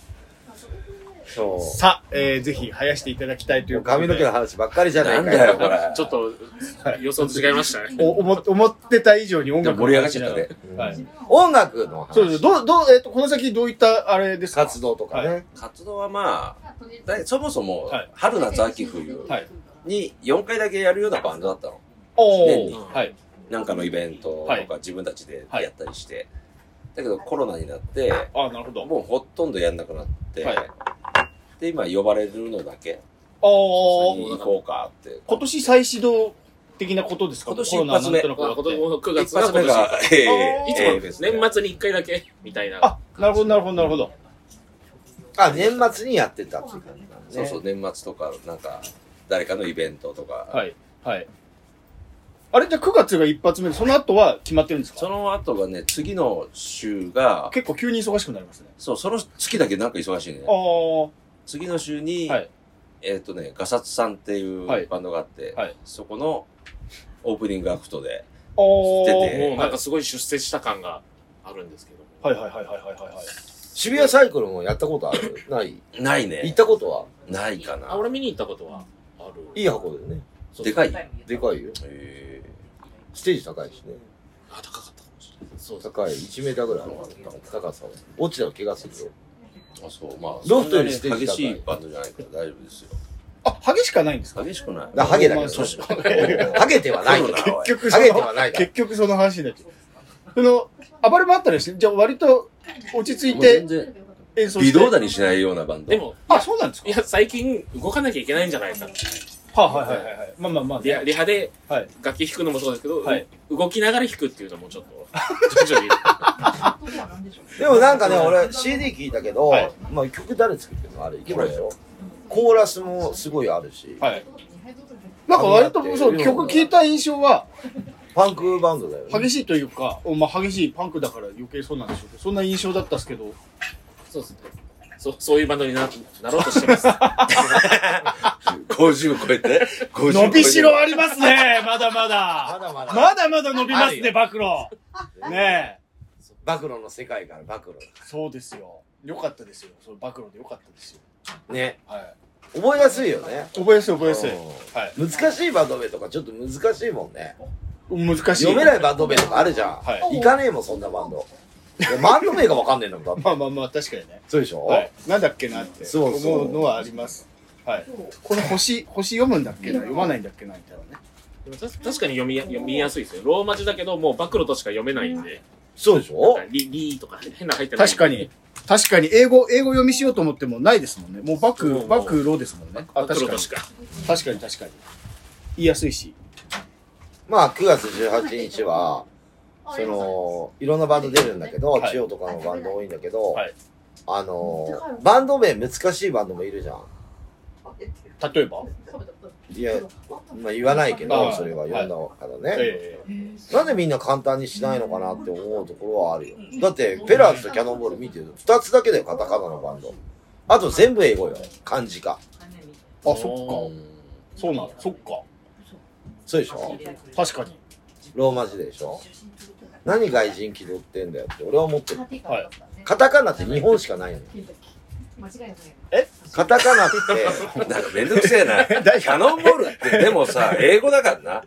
そ。
さあ、えー、ぜひ生やしていただきたいうとい
もう
うことで
髪の毛の話ばっかりじゃない
な
か
んだよ、これ。
ちょっと、予想と違いましたね。
お思思ってた以上に音
で
楽
も盛り上がっちゃったね。
うん
はい
音楽の話。
そうです。どう、どう、えっ、と、この先どういったあれですか
活動とかね。
活動はまあ、だいそもそも
はい
春夏秋冬
はい
に4回だけやるようなバンドだったの。
お
年に
ーはい。
なんかのイベント
は
と
い
か自分たちでやったりして。だけどコロナになって、
ああ、なるほど。
もうほとんどやんなくなって、
はい
で、今呼ばれるのだけ、
おー
に行こうかって。
今年再始動的なことですか
今年
コロナ
一発目
なんとな
まあ、
く終
今年
わって
9
一
月
発目
が
が、ええ
今
ええ
年、いつも年末に1回だけ、みたいな。
あ、なるほど、なるほど、なるほど。
あ、年末にやってたっていう感じなん
そうそう、年末とか、なんか、誰かのイベントとか、
はい。はい。あれじゃあ9月が一発目で、その後は決まってるんです
そ
か
の後がね、次の週が、
結構急に忙しくなりますね。
そう、その月だけなんか忙しいね
あ。ー
次の週に、
はい
えっ、とね、ガサツさんっていう
はい
バンドがあって、
はい
そこのオープニングアクトで、
あー。
出て
もうなんかすごい出世した感があるんですけど。
はいはいはいはいはいはいはい。
渋谷サイクルもやったことあるない
ない
行っ
ね。
たことは
ないか
あ、
な。
俺見に行ったことはある。
いい箱だよね。
そう
でかい。へ
でかいよ。
え
ステージ高いしね。
あ、高かったかもしれない。そうそう。
高い。1メーターぐらいあるから高さは。落ちたら怪我するよ。
あ、そう、まあ、
ロフトよりス
そ
テ
ん
ージ高
なに激
い
しいバンドじゃないから大丈夫ですよ。
あ、激しかないんですか
激しくない。
だからハゲだけど、
まあそう
年ハゲてはないけど。
結
結局そ
ハ
の
ゲてはないから
結局その話になっちゃう。その、暴れもあったりして、じゃあ割と落ち着い
もう全
て
然、
演奏して。
微動だにしないようなバンド。
で、も、
あ、そうなんですか
いや、最近動かなきゃいけないんじゃないですか。
はあ、はいはいはいはい。まあまあまあ、
リハリハで
はい
楽器弾くのもそうですけど、
はい
動きながら弾くっていうのもちょっと、徐々に。
でもなんかね、俺 CD 聞いたけど
はい、
まあ曲誰作ってるのあれ、池村でしょコーラスもすごいあるし。
はい。なんか割と、そう、曲聴いた印象は、
パンクバンドだよね。
激しいというか、まあ、激しいパンクだから余計そうなんでしょうけど、そんな印象だったっすけど、
そうですね。そそういうバンドにななろうとしてます。
50超えて。50
伸びしろありますね、まだまだ。
だまだ
まだまだ伸びます
ある
ね、
よ
暴露。ね
暴露の世界から暴露
え。そうですよ。よかったですよ。それ暴露でよかったですよ。
ね。
はい。
覚えやすいよね。
覚えやすい、覚えやすい。はい。
うん難しいバンド名とかちょっと難しいもんね。
難しい。
読めないバンド名とかあるじゃん。。
はい
かねえもん、そんなバンド。いやバンド名がわかんねえんだもん、 だって
まあまあまあ、確かにね。
そうでしょ、
はい。なんだっけなって
そうそう
思うのはあります。はい。この星、星読むんだっけな読まないんだっけなみたいなね。
でもた確かに読みや読みやすいですよ。ローマ字だけど、もう暴露としか読めないんで、
そうでしょ
リリーとか変な入ってない。
確かに。。確かに、英語、英語読みしようと思ってもないですもんね。もうバ
も
ク、
う
バクローですもんね。あ、
暴
確か
露と
に
し。か。
確かに、確かに。言いやすいし。
まあ、9月18日は、その、いろんなバンド出るんだけど、
はい
千代とかのバンド多いんだけど、
はい
あの、バンド名難しいバンドもいるじゃん。
例えば
いや、まあ言わないけど
は、い
それは読んだからね。
ええ
なんでみんな簡単にしないのかなって思うところはあるよ。だって、ペラーズとキャノンボール見てると、二つだけだよ、カタカナのバンド。あと全部英語よ、漢字か。
あ、そっか。そうなの、そっか。
そうでしょ
確かに。
ローマ字でしょ何外人気取ってんだよって俺は思ってる。
はい
カタカナって日本しかないのよ。
間違いない。
カタカナって、
なんかめんどくせえ な。キャノンボールって、でもさ、英語だからな。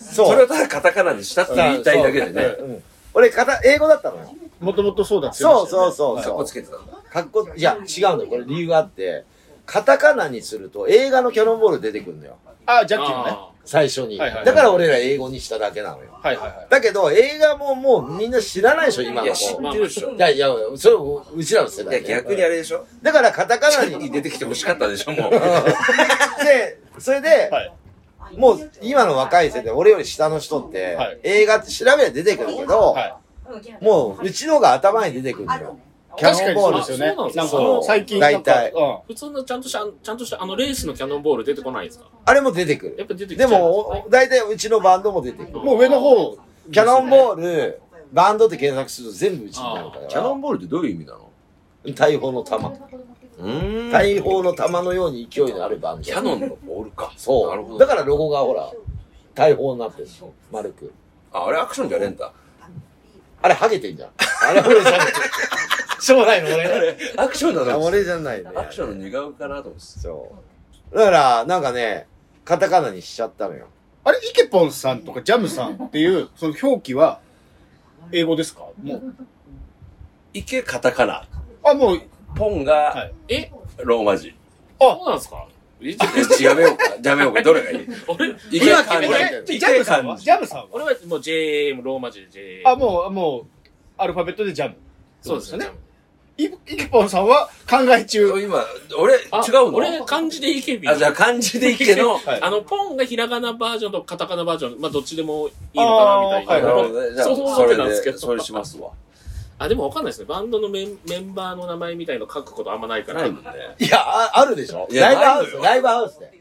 そう。
それをただカタカナにしたって言いたいだけでね。
うん。俺、カタ、英語だったのよ。
もともとそうだって言いま
そ
し
う
たよ
そうそう
ね
かっ
そ
こ
う
つ。けてたの。
かっこ、いや、違うのよ。これ理由があって、カタカナにすると映画のキャノンボール出てくるのよ。
あ、ジャッキーのね。
あ
最初に。
はいはいはい
だから俺ら英語にしただけなのよ。
はいはいはい。
だけど、映画ももうみんな知らないでしょ、今
い
の
や、知っ
子。
てるでしょ。
い
い
やいや、それうちらの世
や、
代ね、
逆にあれでしょ。
だからカタカナ
に
に。
出てきて欲しかったでしょ、もう。
で、それで、
はい
もう今の若い世代、俺より下の人って、
はい
映画って調べりゃ出てくるけど、
は
もううちのが頭に出てくるのよ。キャ
確
ノ
か
ン
に
ボ
そう
ール
ですよね。
あ
なか
そうなんんだ
こう、最近なん
大
か、
体
うん。
ー普通のちゃんとした、ちゃんとした、あのレースのキャノンボール出てこないんですか
あれも出てく
やっ
る。
ぱ出てきち
で
ゃうんすか
も、大体うちのバンドも出てくる。
もう上の方、
キャノンボール、バンドって検索すると全部うちになるから。
キャノンボールってどういう意味なの
大砲の弾。
うーん。
大砲の弾のように勢いのあるバンド。
キャノンのボールか。
そう。
なるほ
だ
ど。
からロゴがほら、大砲になってる。丸く。
あ、あれアクションじゃねえん だ。
あれ、ハゲてんじゃん。あれ、俺じゃない。将来の
あ
俺。
れ、アクションだな。
俺じゃないね。
アクションの似顔絵かなと思ってた。
そう。だから、なんかね、カタカナにしちゃったのよ。
あれ、イケポンさんとかジャムさんっていう、その表記は、英語ですかもう。
池カタカナ。
あ、もう、
ポン
は
が
い、
え
ローマ字。
そうなんですかえちょっ
えやめようか。やめようか。どれがいい
と俺、
池漢
え
字。
えジャムさんはジャムさんは
俺はもう JM、ローマ字で JM。
あ、もう、もう、アルファベットでジャム。
そうですよね。
イイケポンさんは考え中。
今、俺、違う
あ
の
俺、漢字でイケビ。
あ、じゃあ漢字で池の。
はい
あの、ポンがひらがなバージョンとカタカナバージョン、まあ、どっちでもいいのかな、みた
はいあー
な。
なるほ
あ
どね。じゃあ、
そう思って
それ
たんですけ
で、
ど
それしますわ。
でもわかんないですね。バンドのメンメンバーの名前みたいの書くことあんまないから。
ないもんね。
いや、ああるでしょ
い
ラ
や
イブハウ
ないの
ス、
よ
ライブハウスで。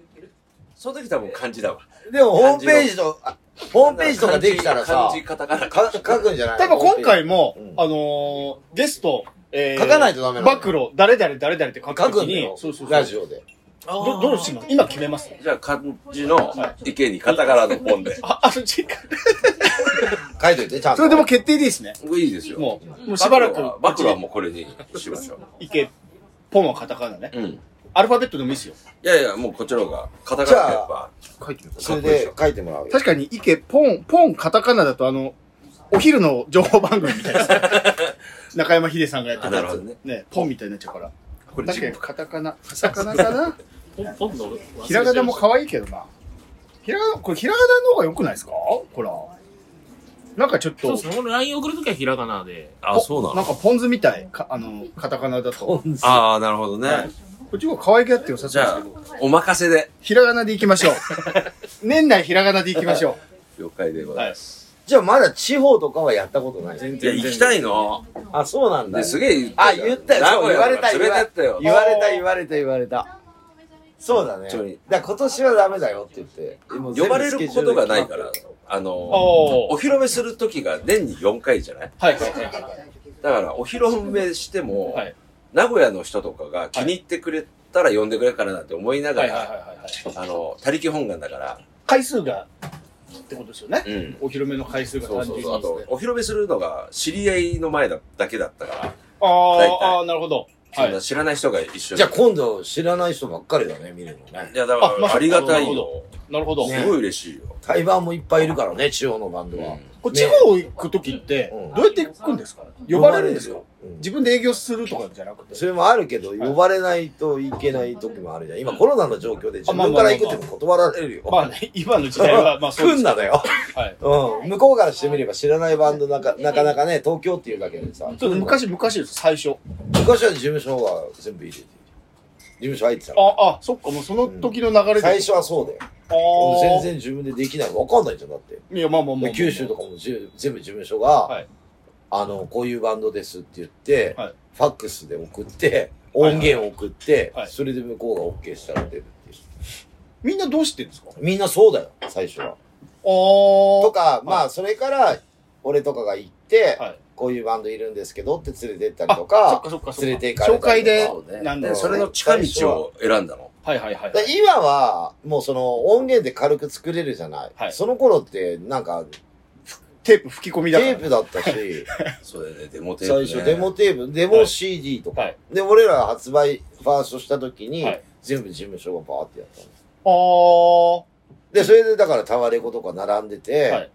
その時多分漢字だわ。
でも、ホームページと、あホームページとかできたらさ
漢、字カタカナ。
か書くんじゃない
多分今回も
う、ん
あのー、ゲスト、えー
書かないとダメなの
暴露、誰々、誰々って書
書
く
く
と
ん
き
だ
に
よ、
そうそうそう。
ラジオで。
ど、どうします今決めます
じゃあ漢字の池にカタカナのポンで。
あ、あ、時間。
書いといて、ちゃんと。
それでも決定でいいですね。
いいですよ。
もう、もうしばらく、
バクロはもうこれにしましょ
イケポンはカタカナね。
う。うん。い
アルファベットでもいいですよ。
やいや、もうこっちの方が、カタカナがやっぱ、
書いてみよ
それで書いてもらうよ。
確かに、イケ、ポン、ポン、カタカナだと、あの、お昼の情報番組みた いなさ。中山秀さんがやってた
あ
や
なる
つ
ほどね。
ね、ポンみたいになっちゃうから。
これ
確か
全
に、
部
カタカナ、カタカナか な。
ポン、ポンの忘れちゃう
ひらがなも可愛いけどな。ひらがな、これひらがなの方が良くないですかほら。なんかちょっ
そう
と
です、ね。俺 LINE 送るときはひらがなで。
あ、そうな
なん
の
かポン酢みたい、かあの、カタカナだと。こ
ああ、なるほど
はい
ね。
っちの方が可愛くやってよさそ
じ
うで
ゃ
す
あ
けど。、
お任せで。
ひらがなでいきま しょう。年内ひらがなでいきましょ
了解でご
う。
ざ
は
いま
い。
じゃあまだ地方とかはやったことない。
全
す。いや、
然。
行きたいの。
あ、そうなんだ。
で、すげえ言って
あ言ったよ
名古屋
言われた
連れてったよ。
言われた言われた言われた。
そうだね。
ちょい
だから今年はダメだよって言って。
呼ばれることがないから、あの、お
おー。
披露目するときが年に4回じゃない
はいはいはいはい。
だから、お披露目しても、
はい
名古屋の人とかが気に入ってくれたら呼んでくれるからなんて思いなが
はいはい
ら、
はいはい。
あの、他力本願だから、
回数がってことですよね。
うん。
お披露目の回数が
そう
単
そ
純
う
に
そう。あと、お披露目するのが知り合いの前だだけだったから、
あ
大体
あ、あーなるほど。
そ
は
ん
い
な。知らない人が一緒に。
じゃあ今度知らない人ばっかりだね、見るのね。
いや、だか
あま
ら、
あ
ありがたい
なる
よ。
なるほど。
すごい嬉しいよ。
台湾もいっぱいいるからね、地方のバンドは。
こう地方行くときって、
うん
どうやって行くんですか呼ばれるんです
う
か
ん
自分で営業するとかじゃなくて。
それもあるけど、呼ばれないといけない時もあるじゃん。今コロナの状況で自
あまあ
分
ま
か
あまあ
ら行くっても断られるよ。
まあね、今の時代 は、まあそう
来
で
ん
す。
なだよ。
はい。
うん。向こうからしてみれば知らないバンドなかなかなかね、東京っていうだけでさ。
ちょっと昔、昔です、最初。
昔は事務所は全部入れてる。事務所入ってたの。
あ、あ、そっか、もうその時の流れで。
最初はそうだよ。
あー
全。然自分でできない。わかんないじゃん、だって。
いや、まあまあまあまあ。
九州とかもじゅ全部事務所が、
はい
あの、こういうバンドですって言って、
はい
ファックスで送って、音源を送って、
はい
それで向こうが OK したら出るっていう。
みんなどうしてんですかあ
みんなそうだよ、最初は。と
あ。
か、まあ、それから、俺とかが行って、
はい
こういうバンドいるんですけどって連れてったりと
あ、そっ
か
か、そっかそっ
連
か。
れて行かれたり
紹
とか
介で
そうね、
なんだ
でそれの近道を選んだの。
はいはいは
だ。
い
から今は、もうその音源で軽く作れるじゃない。
はい
その頃って、なんか、
テープ吹き込み
テ
だから。
ープだった し、
それでデモテープ、
最
ね。
初デモテープ、デ
は
モ
い
CD とか。
はい。
で、俺ら発売、ファーストした時に、
はい
全部事務所がバーってやったの。
ああ。
で、それでだからタワレコとか並んでて、
はい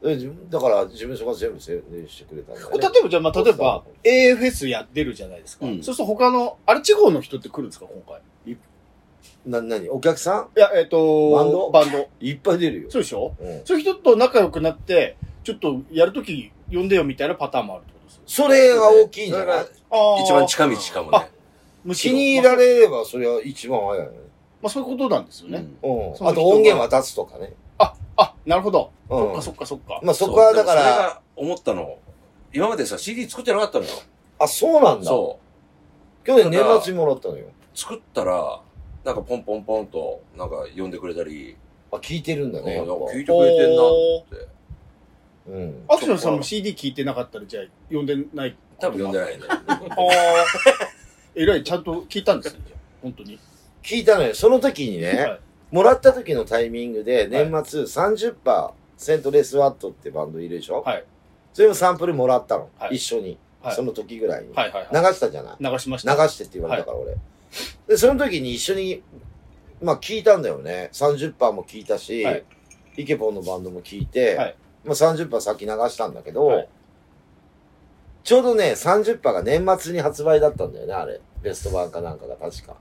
で自分だから事務所が全部宣伝してくれたんだよ
これ
ね
例えば、じゃあ、まあ、例えば、AFS やってるじゃないですか。
うん
そうすると他の、あれ地方の人って来るんですか、今回。
な、なにお客さ
いや、えっ、と、
バンド
バンド。
んいっぱい出るよ。
そうでしょ
うん
そういう人と仲良くなって、ちょっとやるとき呼んでよみたいなパターンもあるってことですよ。
それが大きいんじゃ
それ
ない
が一番近道かもね。
むし
気
ろ
に入られればそれは一番早いよね。
まあ、そういうことなんですよね。
うん
う
そ
ん。
の人が
あと音源渡すとかね。
あ、あ、なるほど。
う
そっ
ん
か。そっかそっか。
まあそこはだか
そうで
ら、
もそれが思ったの。今までさ、CD 作ってなかったのよ。
あ、そうなんだ。
そ
去年年末にもらったのよ。
う。作ったら、なんかポンポンポンと、なんか呼んでくれたり、
あ、聞いてるんだね。
う
や
ん
っ
な
ぱ
んか聞いてくれてんなって。
うん。
アクションさんも CD 聞いてなかったら、じゃあ、呼んでない。
多分呼んでないんだよ。
ああ。 えらい、ちゃんと聞いたんですよ、じゃあ本当に。
聞いたのよ。その時に ね、
はい
もらった時のタイミングで、年末30%、セントレスワットってバンドいるでしょ
はい。
それもサンプルもらったの。
はい
一緒に、
はい
その時ぐらいに。
はいはい
流
は
したじゃない
い。流しまし
流
た。
してって言われたから、俺。で、その時に一緒に、まあ聞いたんだよね。30%も聞いたし、
はい
イケポンのバンドも聞いて、
はい
まあ30%先流したんだけど、
はい
ちょうどね、30%が年末に発売だったんだよね、あれ。ベスト版かなんかが確か。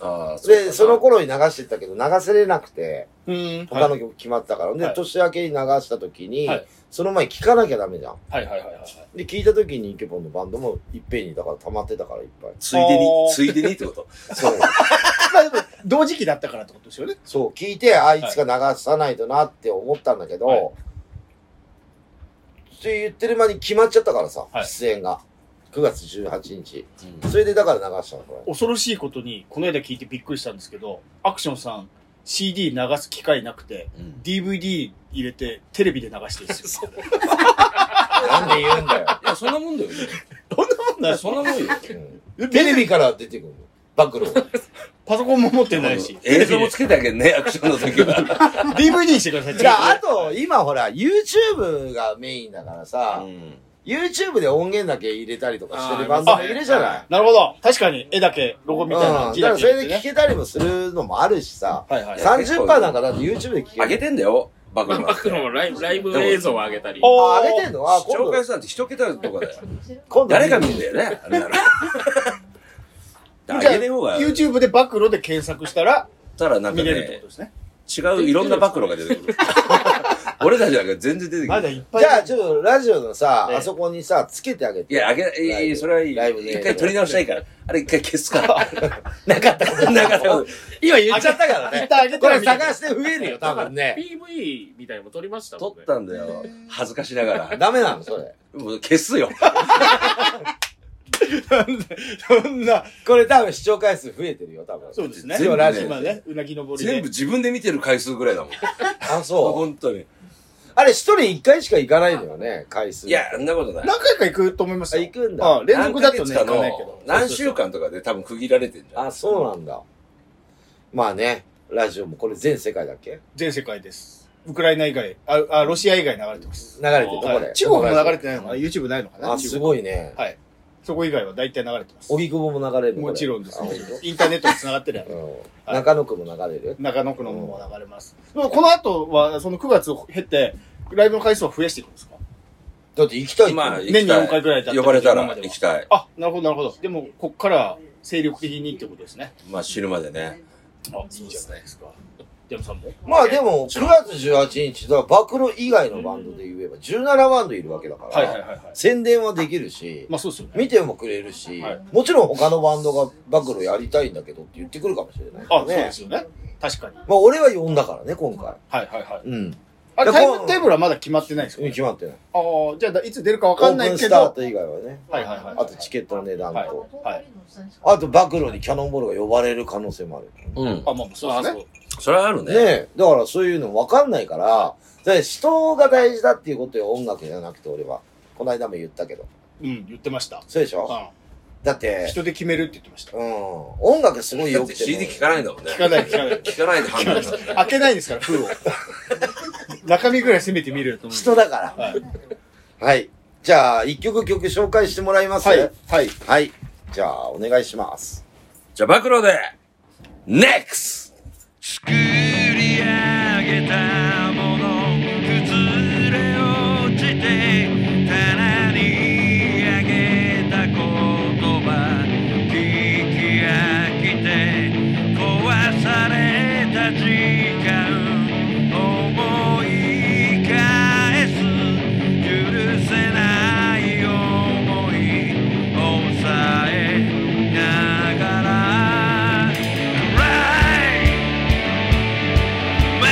ああ、うか
で、その頃に流してたけど、流せれなくて、
うーん。
他
はい
の曲決まったから。で
はい、
年明けに流した時に、
はい
その前聞かなきゃダメじゃん。
はいはいはいはい。
で、聞いた時にイケポンのバンドもいっぺんに、だから溜まってたからいっぱい。
ついでに
あ、ー
ついでにってこと。
そう。
まあでも、同時期だったからってことですよね。
そう、聞いて、あいつが流さないとなって思ったんだけど、
はい
って言ってる間に決まっちゃったからさ、
はい
出演が。9月18日。
うん
それでだから流したの、これ。
恐ろしいことに、この間聞いてびっくりしたんですけど、アクションさん、CD 流す機会なくて、
うん
DVD 入れて、テレビで流してるんです よ。
なんで言うんだよ。
いや、そんなもんだよね。
どんなもん
い
だ
や、
よ。
そんなもんよ。
うん テレビから出てくるの。暴露。
パソコンも持ってないし。
映像もつけてあげるね、アクションの時は。
DVD にしてください。
じゃあ、あと、今ほら、YouTube がメインだからさ、
うん。
YouTube で音源だけ入れたりとかしてるバン
あ
ド
あ
もいるじゃない。
なるほど。確かに、絵だけ、ロゴみたいな
うん。
字
だか
だ
ら
け
そ
入
れ
て
で
ね
聞けたりもするのもあるしさ、
はいはい。
30%なんかだって YouTube で聞け
あ
る
げ。てんだよ、バカ
まあ、
な。
バックのライブライブ映像を上げたり。
お
あ、上げてんのあ、
視
今
聴
度
回、数なんて一桁とかだよ。
今度
誰が見るんだよね、あれなら。あげねえ方が、言っ
YouTube で暴露で検索したら、
たらなんか
見れるってこ
ね
と、ですね。
違ういろんな暴露が出てく る。俺たちなんか全然出てく
まだ
る。
いっぱい。
じゃあ、ちょっとラジオのさ、
ええ
あそこにさ、つけてあげて。
いや、あげ、いやいやそれはいい。
ライブで
一回撮り直したいから。あれ一回消すから。
なか ったこと
なかったこと。
今言っちゃったから
一
ね。
旦あげ
こ
たら
れ
見れる
探して増え るよ、多分ね。
PV みたいのも撮りましたもん
撮
ね。
ったんだよ。恥ずかしながら。
ダメなの、それ。
もう消すよ。
なんでそんな、
これ多分視聴回数増えてるよ、多分。
そうですね。
全部
ね
今ね、うなぎ登りで。
全部自分で見てる回数ぐらいだもん。
あ、そう。
本当に。
あれ、一人一回しか行かないのよね、回数。
いや、、そんなことない。
何回か行くと思います
あ、
よ
行くんだ。
あ連続だとね、行
何ヶ月
かない
の
けど。
何週間とかで多分区切られてんじゃん。
あ、そうなんだ。まあね、ラジオもこれ全世界だっけ
全世界です。ウクライナ以外、あ、あロシア以外流れてます。
流れてるのこ
は
れ。
い中国も流れてないのかな ?YouTube ないのかな
あ、す
中国
ごいね。
はい。そこ以外は大体流れてます。
荻窪も流れる
もちろんです
あ
ね
本当。
インターネットに繋がってるやろ
うん中野区も流れる
中野区のも流れます。でもこの後は、その9月を経て、ライブの回数を増やしていくんですか
だって行きたいって
まあ、
年に4回ぐらいだった
呼ばれたら
今までは
行きたい。
あ、なるほど、なるほど。でも、こっから精力的にってことですね。
まあ、死ぬまでね。
あ、いいじゃないですか。でもさんも
まあでも、9月18日、だから、暴露以外のバンドで言えば、17バンドいるわけだから、
はいはいはいはい。
宣伝はできるし、
まあそうですよね。
見てもくれるし、
はい
もちろん他のバンドが暴露やりたいんだけどって言ってくるかもしれないか
あ、そ
ら
う
ね。
ですよね。確かに。
まあ俺は呼んだからね、今回。
はいはいはい。
うん。
あれ、
で
タイ
こ
ム
う
テーブルはまだ決まってないんですよ、ね
決。まってない。
ああ、じゃあ、いつ出るかわ
オ
かん
ー
な
プ
い
ン
け
ス
ど。
タ
は
ート以外はね。
いはいはい。
あとチケットの値段と。
はいはい。
あと暴露にキャノンボールが呼ばれる可能性もある。
うん。
あ、まあ、そうですね。
それはある
ね
ね。
え。だからそういうの分かんないから、だから人が大事だっていうことよ、音楽じゃなくて俺は。この間も言ったけど。
うん、言ってました。
そうでしょ、
う
だっ
ん。
て、
人で決めるって言ってました。
うん。音楽すごい
だ
良
っ
く
て
ても。
CD 聞かないんだもんね。
聞かない、聞かない。
聞かないで判断する。
開けないですから、 封を。中身ぐらい攻めてみると思う。
人だから。
はい。
はい。じゃあ、一曲曲紹介してもらいます。
はい。はい。
はい。じゃあ、お願いします。
じゃあ、暴露で、NEXT!
作り上げたもの崩れ落ちて棚に上げた言葉聞き飽きて壊された時間思い返す許せない思い抑えながら Right! 「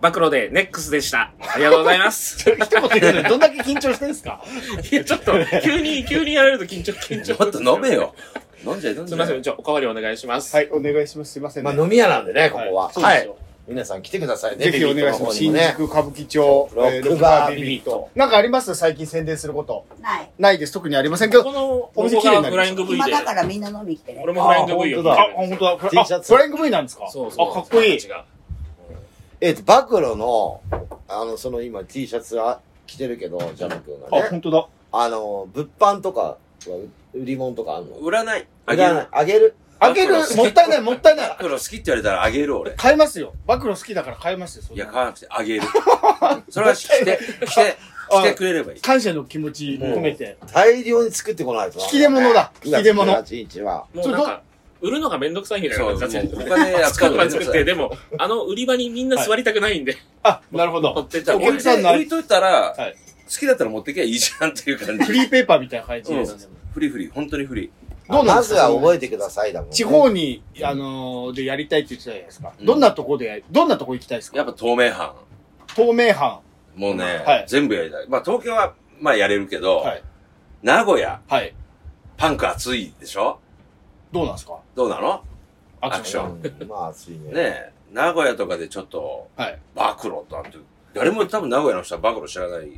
暴露でネックスでした。ありがとうござい ます。
一言言うのにどんだけ緊張してんすか
いや、ちょっと、急に、急にやられると緊張、緊
ち
張。
ょっと飲め。よ。飲んじゃい飲ん
す
じ
み
ゃ
ませ
い。
ん、じゃあおかわりお願いします。
はい、お願いします。すいません、
ま
ね。
あ飲み屋なんでね、ここは。
そうで
は
す
い
よ。
皆さん来てくださいね。
ぜひお願いします。
ビビットの方にも
新
ね。
宿歌舞伎町、
ロックバービビッ
ト。なんかあります最近宣伝すること。
ない。
ないです。特にありませんけど。
この、
お
お
店
店
綺麗にな
が
り
フ
ました
ライング V
今
で。
だからみんな飲み来てね。
俺もフライング V を
あ、
見てるんで
本
す
当
よ。
だ。これ、
T シャ
あ、
ツ
フライング V なんですか
そうそう。
あ、かっこいい
形。が
えっと、暴露の、あの、その今 T シャツは着てるけど、ジャム君
あ
が、ね。
本当だ。
あの、物販とかは売売り物とかあるの
売らない。あ
あ
げ
げ
る
る。。あげる。
あげる。もったいない、もったいない
暴。露好きって言われたらあげる俺。
買いますよ。暴露好きだから買いますよ。そん
い
な
や、
の
買わなくてあ げる。それは来て、来 て、来てくれればいい。
感謝の気持ち含めて。
大量に作ってこないとな。
引き出物だ。
9
引き
月
出物。
18日は。
もうなんか、売るのがめんどくさいみたいな
そう、
感
も
じになっちゃっ
うお
て
金扱うの
作
め
っ
んど
作
く
っ
さ
て、
い。
でも、あの売り場にみんな座りたくないんで、
あ、なるほ
持
ど。
ってっちゃ
お
う。
客さん
な
売りといたら、
はい
好きだったら持ってきゃいいじゃんっていう感
フ
じ。
リーペーパーみたいな感じ
う
で
ん
す。。
フリフリ、本当にフリ。
どうなん
ま
です
ず
か
は覚えてくださいだもんね。
地方に、あのーでやりたいって言ってたじゃないですか。
うん
どんなとこでやり、どんなとこ行きたいです
やっ
か
ぱ透明版。
透明版。
もうね、
はい
全部やりたい。まあ東京は、まあやれるけど、
はい
名古屋、
はい。
パンク熱いでしょ
どうなんですか
どうなの
アク
アク
シ
シ
ョ
ョ
ン。
ン
うんまあ、暑いね。
ねえ、名古屋とかでちょっと、
はい。
暴露となんて、誰も多分名古屋の人は暴露知らない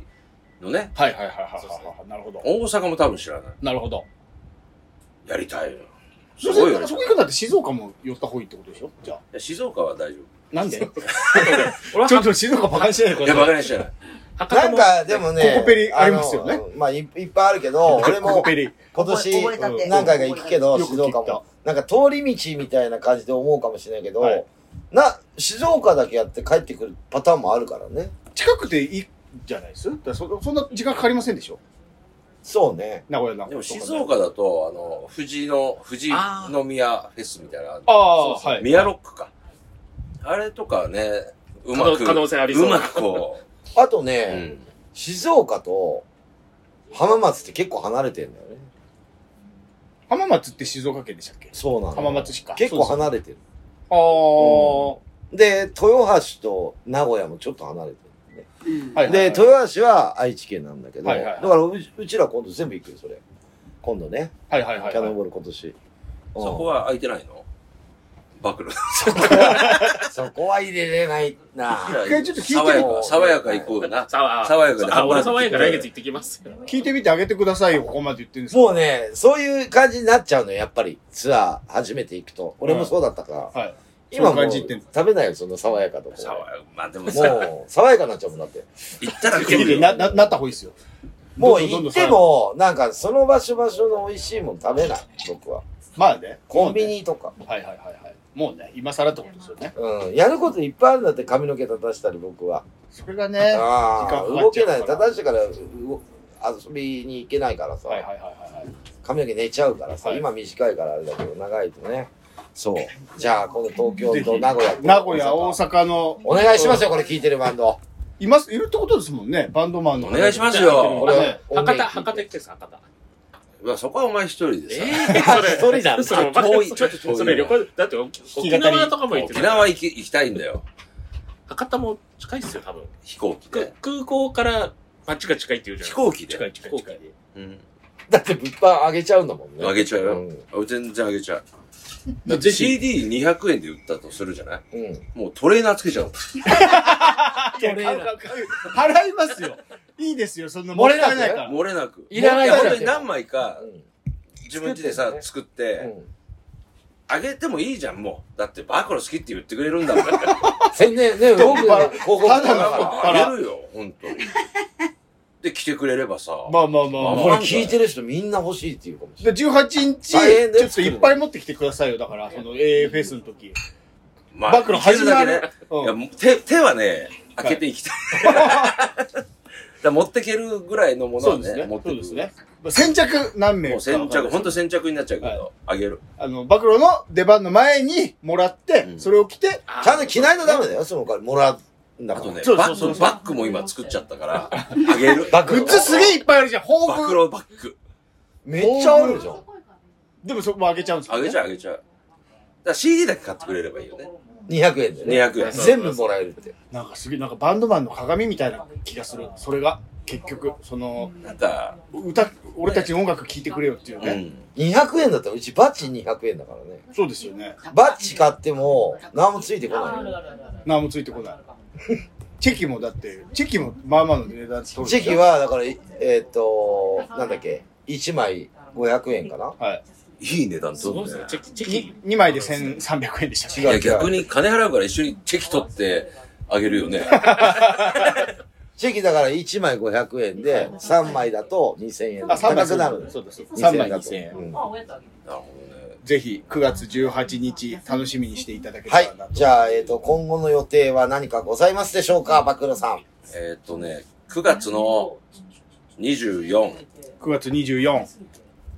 のね。
はいはいはいはいはいはい。なるほど。
大阪も多分知らない。
なるほど。
やりたいよ。
そ
すごい
れ
よね。
そこ行くんだって静岡も寄った方がいいってことでしょじゃあ。
いや静岡は大丈
なんでちょっと静岡バカにしないでく
夫。い
だ
や、
さい。
バカにしてない。
博
な
多
ん
も、
か、でもね。
ココペリありますよね
の。まあ、いいっぱいあるけど、俺
ココ
も
ペリ。
今
覚えたて
年何回か行くけど、
よく
静
聞い
岡
た
も。。なんか通り道みたいな感じで思うかもしれないけど、
はい
な、静岡だけやって帰ってくるパターンもあるからね。
近くていいじゃないですだからそそんな時間かかりませんでしょ
そうね。
名古屋なんか
で
とか
も
ね
静岡だと、あの、富士の、富士
あー
宮フェスみたいなのある。
ああ、
そうそう
はい。
宮ロックか。あれとかね、うまく、
可能性ありそう
まくこ
あと
う、う
ね、
ん。
静岡と浜松って結構離れてんだよね。
浜松って静岡県でしたっけ
そうなの。
浜松市か
結構離れてる。
ああ、は
で、豊橋と名古屋もちょっと離れてる、ね。
うん
いはいはい。
で、豊橋は愛知県なんだけど、
はいはいはい
だからうちうちら今度全部行くよ、それ。今度ね、
はいはいはい
キャノ
は
ン
い。
ボール今年。うん
そこは空いてないの暴露。
そこは入れれないな。
一回ちょっと聞いてみ
爽やか、爽やか行こうよな。
さわ
爽やかで
あ、俺爽やか来月行ってきます。
聞いてみてあげてくださいよ、ここまで言ってるんです
もうね、そういう感じになっちゃうのよ、やっぱり。ツアー初めて行くと。俺もそうだったから。
はい。
今も
そういう
う
感じって
食べないよ、その爽やかと
爽や
か。
か。まあでもさ、
もう、爽やかになっちゃうもんだって。
行ったら来
聞い
る
て
よ。
な、な、なった方がいいですよ。
もう
どんどん
行
どんどん
っても、なんかその場所場所の美味しいもん食べない、僕は。
まあね。
コンビ。ニとか。
はいはいはいはい。もうね、今更ってことですよね。
うん。やることいっぱいあるんだって、髪の毛立たしたり、僕は。
それがね、は
あ
い時間
あ、
かかっ
動け
ちゃう
な
から
い。立たしてから、うう遊びに行けないからさ。
はいはいはい
髪の毛寝ちゃうからさ、
はい
今短いからあれだけど長いとねそうじゃあこの東京と名古屋
はい。名古屋、大阪の、
お願いしますよこれ聞いてるバンド
います、いるってことですもんね、バンドマンの。
お願いします
こ
よ。
れ
俺
博多、博多行ってさ、 博多。
うわそこはお前一人でさ。
え
一人なの
それ、
遠いちょっと遠い
それ旅行、だって沖縄とかも行って
沖
た
縄行き行きたいんだよ。
博多も近いっすよ、多分。
飛行機
く
で。
空港から街が近いって言うじゃん。
飛行機
近
で。
い近い近い。
うん。
だって物販あげちゃうんだもんね
あげちゃうよ
ん。
あ全然あげちゃ
れ
う。。CD200 円で売ったとするじゃない
うん
もうトレーナーつけちゃう。
いや買う買う買う 払いますよ。いいですよ、そんな。
漏れなく
もったいから
漏れなく。
いらない
や本当に何枚か
うん
自分家でさ、作って、
うん
あげてもいいじゃん、もう。だってバカロ好きって言ってくれるんだもん。あ
宣伝 ね動く
バラ
広告だ
ただ
か
の
ら
げるよ、本当に。で、来てくれればさ。
まあまあまあ
バラ
ま
こ
あ。
れ聞いてる人みんな欲しいっていうかもしれ
で18日、ち
大変だよ
ょっといっぱい持ってきてくださいよ、だから、その AA フェスの時。
ま
暴露始まる
いけだけねいや
うん
もう手、手はね、開けていきたい。 だから持ってけるぐらいのもの
そ
は
うです
ね、
ね
持っ。
そう
て
で
く
すね。先着何名
もう
か
先着、ほんと
当
先着になっちゃうけど、あげる。
あの、暴露の出番の前にもらって
う、ん
それを着て、
な
あ
いちゃんと着ないとダメだよその代わりもらうんだ
あ
か
と
ら
ね、
そう
バ
そう
ッ
そう
グ、バッグも今作っちゃった から、あげる。
バッ
グッズすげえいっぱいあるじゃん、
バ
豊
ッグ
富。
ロバッグ。
めっちゃあるじゃん
でもそこもあげちゃうんです
あげち
ゃ
ゃう、あげちゃう。だから CD だけ買ってくれればいいよね。
う
200円でね。
200円。
全部もらえるって。
なんかすげえ、なんかバンドマンの鏡みたいな気がする。それが、結局、その、
なんか、
歌、俺たちに音楽聴いてくれよっていう
う
ね。
ん。
200円だったらうちバッチ200円だからね。
そうですよね。
バッチ買っても何もついてこないよ。
何もついてこない。 チェキもだって、チェキもまあまあの値段取る。
チェキ。は、だから、えーっと、なんだっけ、1枚500円かな
はい。
いい値段
す
と
ごい
る
ですね
ね。。
チェキ、チェキ
に。2枚で1300円でした。
違
いや、逆に金払うから一緒にチェキ取ってあげ るよね。
チェキだから1枚500円で、3枚だと2000円。
あ、3枚
高くなる。
そうです。
2000
3枚
だと
2000円。
うん
なるほどね。
ぜひ、9月18日、楽しみにしていただけた
は
ら
い
なと。。
じゃあ、えーっと、今後の予定は何かございますでしょうかバクロさん。
えーっとね、9月の24
9月24。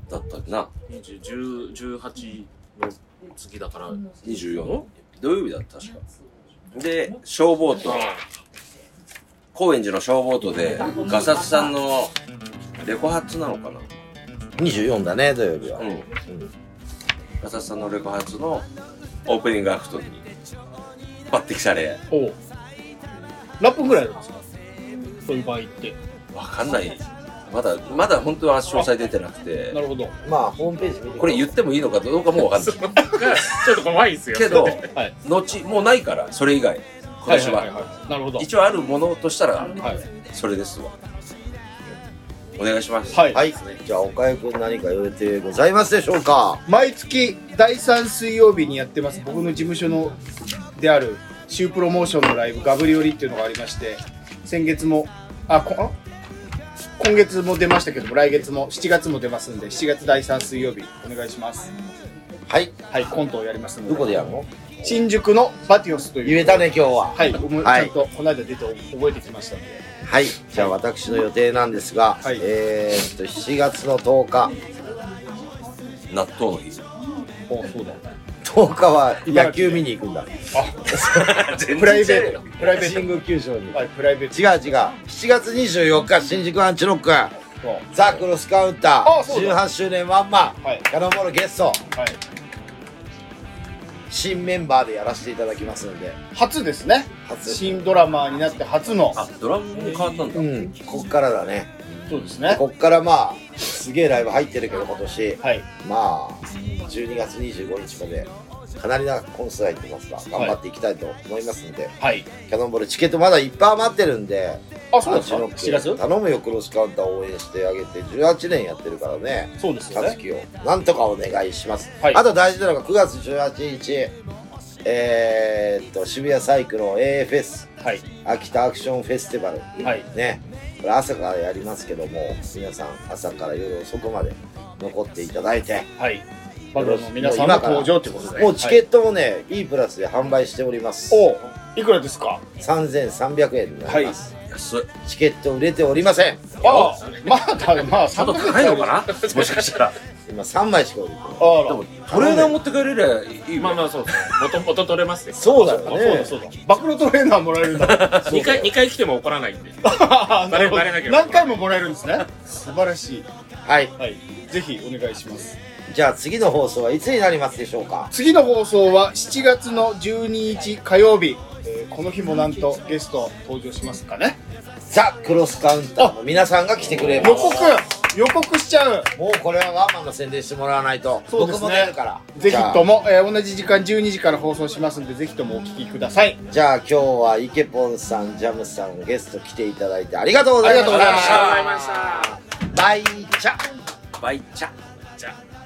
だったっけな。
20 18の次だから、
24? 土曜日だった、確か。で、消防と、高円寺の消防とで、ガサツさんのレコ発なのかな
24だね、土曜日は。
うん。ガサツさんのレコ発のオープニングアクトに抜擢され、
おう何分ぐらいあるんですかそういう場合って。
わかんない。まだ、まだ本当は詳細出てなくて
な、るほど。
まあ、ホームページ見て
これ言
っ
ってもいいのかどうかもわかんない。
がちょっと怖いですよ。
けど、
はい
後、もうないから、それ以外、今年
い
は。
はい。なるほど。
一応あるものとしたら、
はい。
それですわ。お願いします。
はい。
はい。じゃあ、岡井くん何か予定ございますでしょうか
毎月第3水曜日にやってます僕の事務所のであるシュープロモーションのライブ「ガブリオリ」っていうのがありまして先月もあこん今月も出ましたけども来月も7月も出ますんで7月第3水曜日お願いします
はい。
はいコントをやりますので
どこでやるの
新宿のバティオスという
言えたね、今日は。
はい、おも
はい
ちゃんとこの間出て覚えてきましたので
はい、じゃあ私の予定なんですが、
はい
えーっと7月の10日、
納豆の 日。
おそうだ
10日は野球見に行くんだ。
プライベートプライベ
神
ー
宮球場に。違う違う
トはいプライベート
7月24日新宿アンチロック
そう
ザ・クロスカウンタ
あそう
ー
だ
18周年ワンマン、
はい
キャノンボールゲスト
はい
新メンバーでやらせていただきますので
初ですね
初
新ドラマーになって初の
あ、ドラムも変わったんだ。
うんこっからだね
そうですね
こっからまあすげえライブ入ってるけど今年
はい
まあ12月25日までかなりなコンサート入ってますが頑張っていきたいと思いますので、
はい
キャノンボールチケットまだいっぱい余ってるんで、
あ、そうなんですか
アンチ
7
ロック
月
頼むよ、クロスカウンター応援してあげて、18年やってるからね、
そうですよ
たつ
ね。
きを、なんとかお願いします。
はい
あと大事なのが9月18日、えー、っと、渋谷サイクロン AFS、
はい。
秋田アクションフェスティバル、
はい。
ね、これ朝からやりますけども、皆さん朝から夜遅くまで残っていただいて、
はい。バブルの皆さんの登場ってことで。
もうチケットもね、E プラスで販売しております。
はいおいくらですか
3300円になります。
安い。
チケット売れておりません。
ああ、まだ、まあ、
ちょっと高いのかなもしかしたら。
今3枚しか売れてない
あら
でも、トレーナー持って帰れりゃいい
まあ
わ。
まあそうですね。元元取れますね。
そうだ
あ、そうだ、そうだ。暴露トレーナーもらえるんだ。
二回二回来ても怒らないんで。
あなるほど
バレなければ
何回ももらえるんですね。素晴らしい。
はい。
はい。ぜひお願いします。
じゃあ次の放送はいつになりますでしょうか
次の放送は7月の12日火曜日。えーこの日もなんとゲスト登場しますかね。
ザ・クロスカウンターの皆さんが来てくれま
予
す。
告予告しちゃう
もうこれはワンマンの宣伝してもらわないと。
そうです
僕
ね
も出るから。
ぜひとも、えー同じ時間12時から放送しますんで、ぜひともお聞きください。
じゃあ。じゃあ今日はイケポンさん、ジャムさん、ゲスト来ていただいてありがとうございました。。
ありがとうございました
バイチャ。
バイチャ。
じゃあ。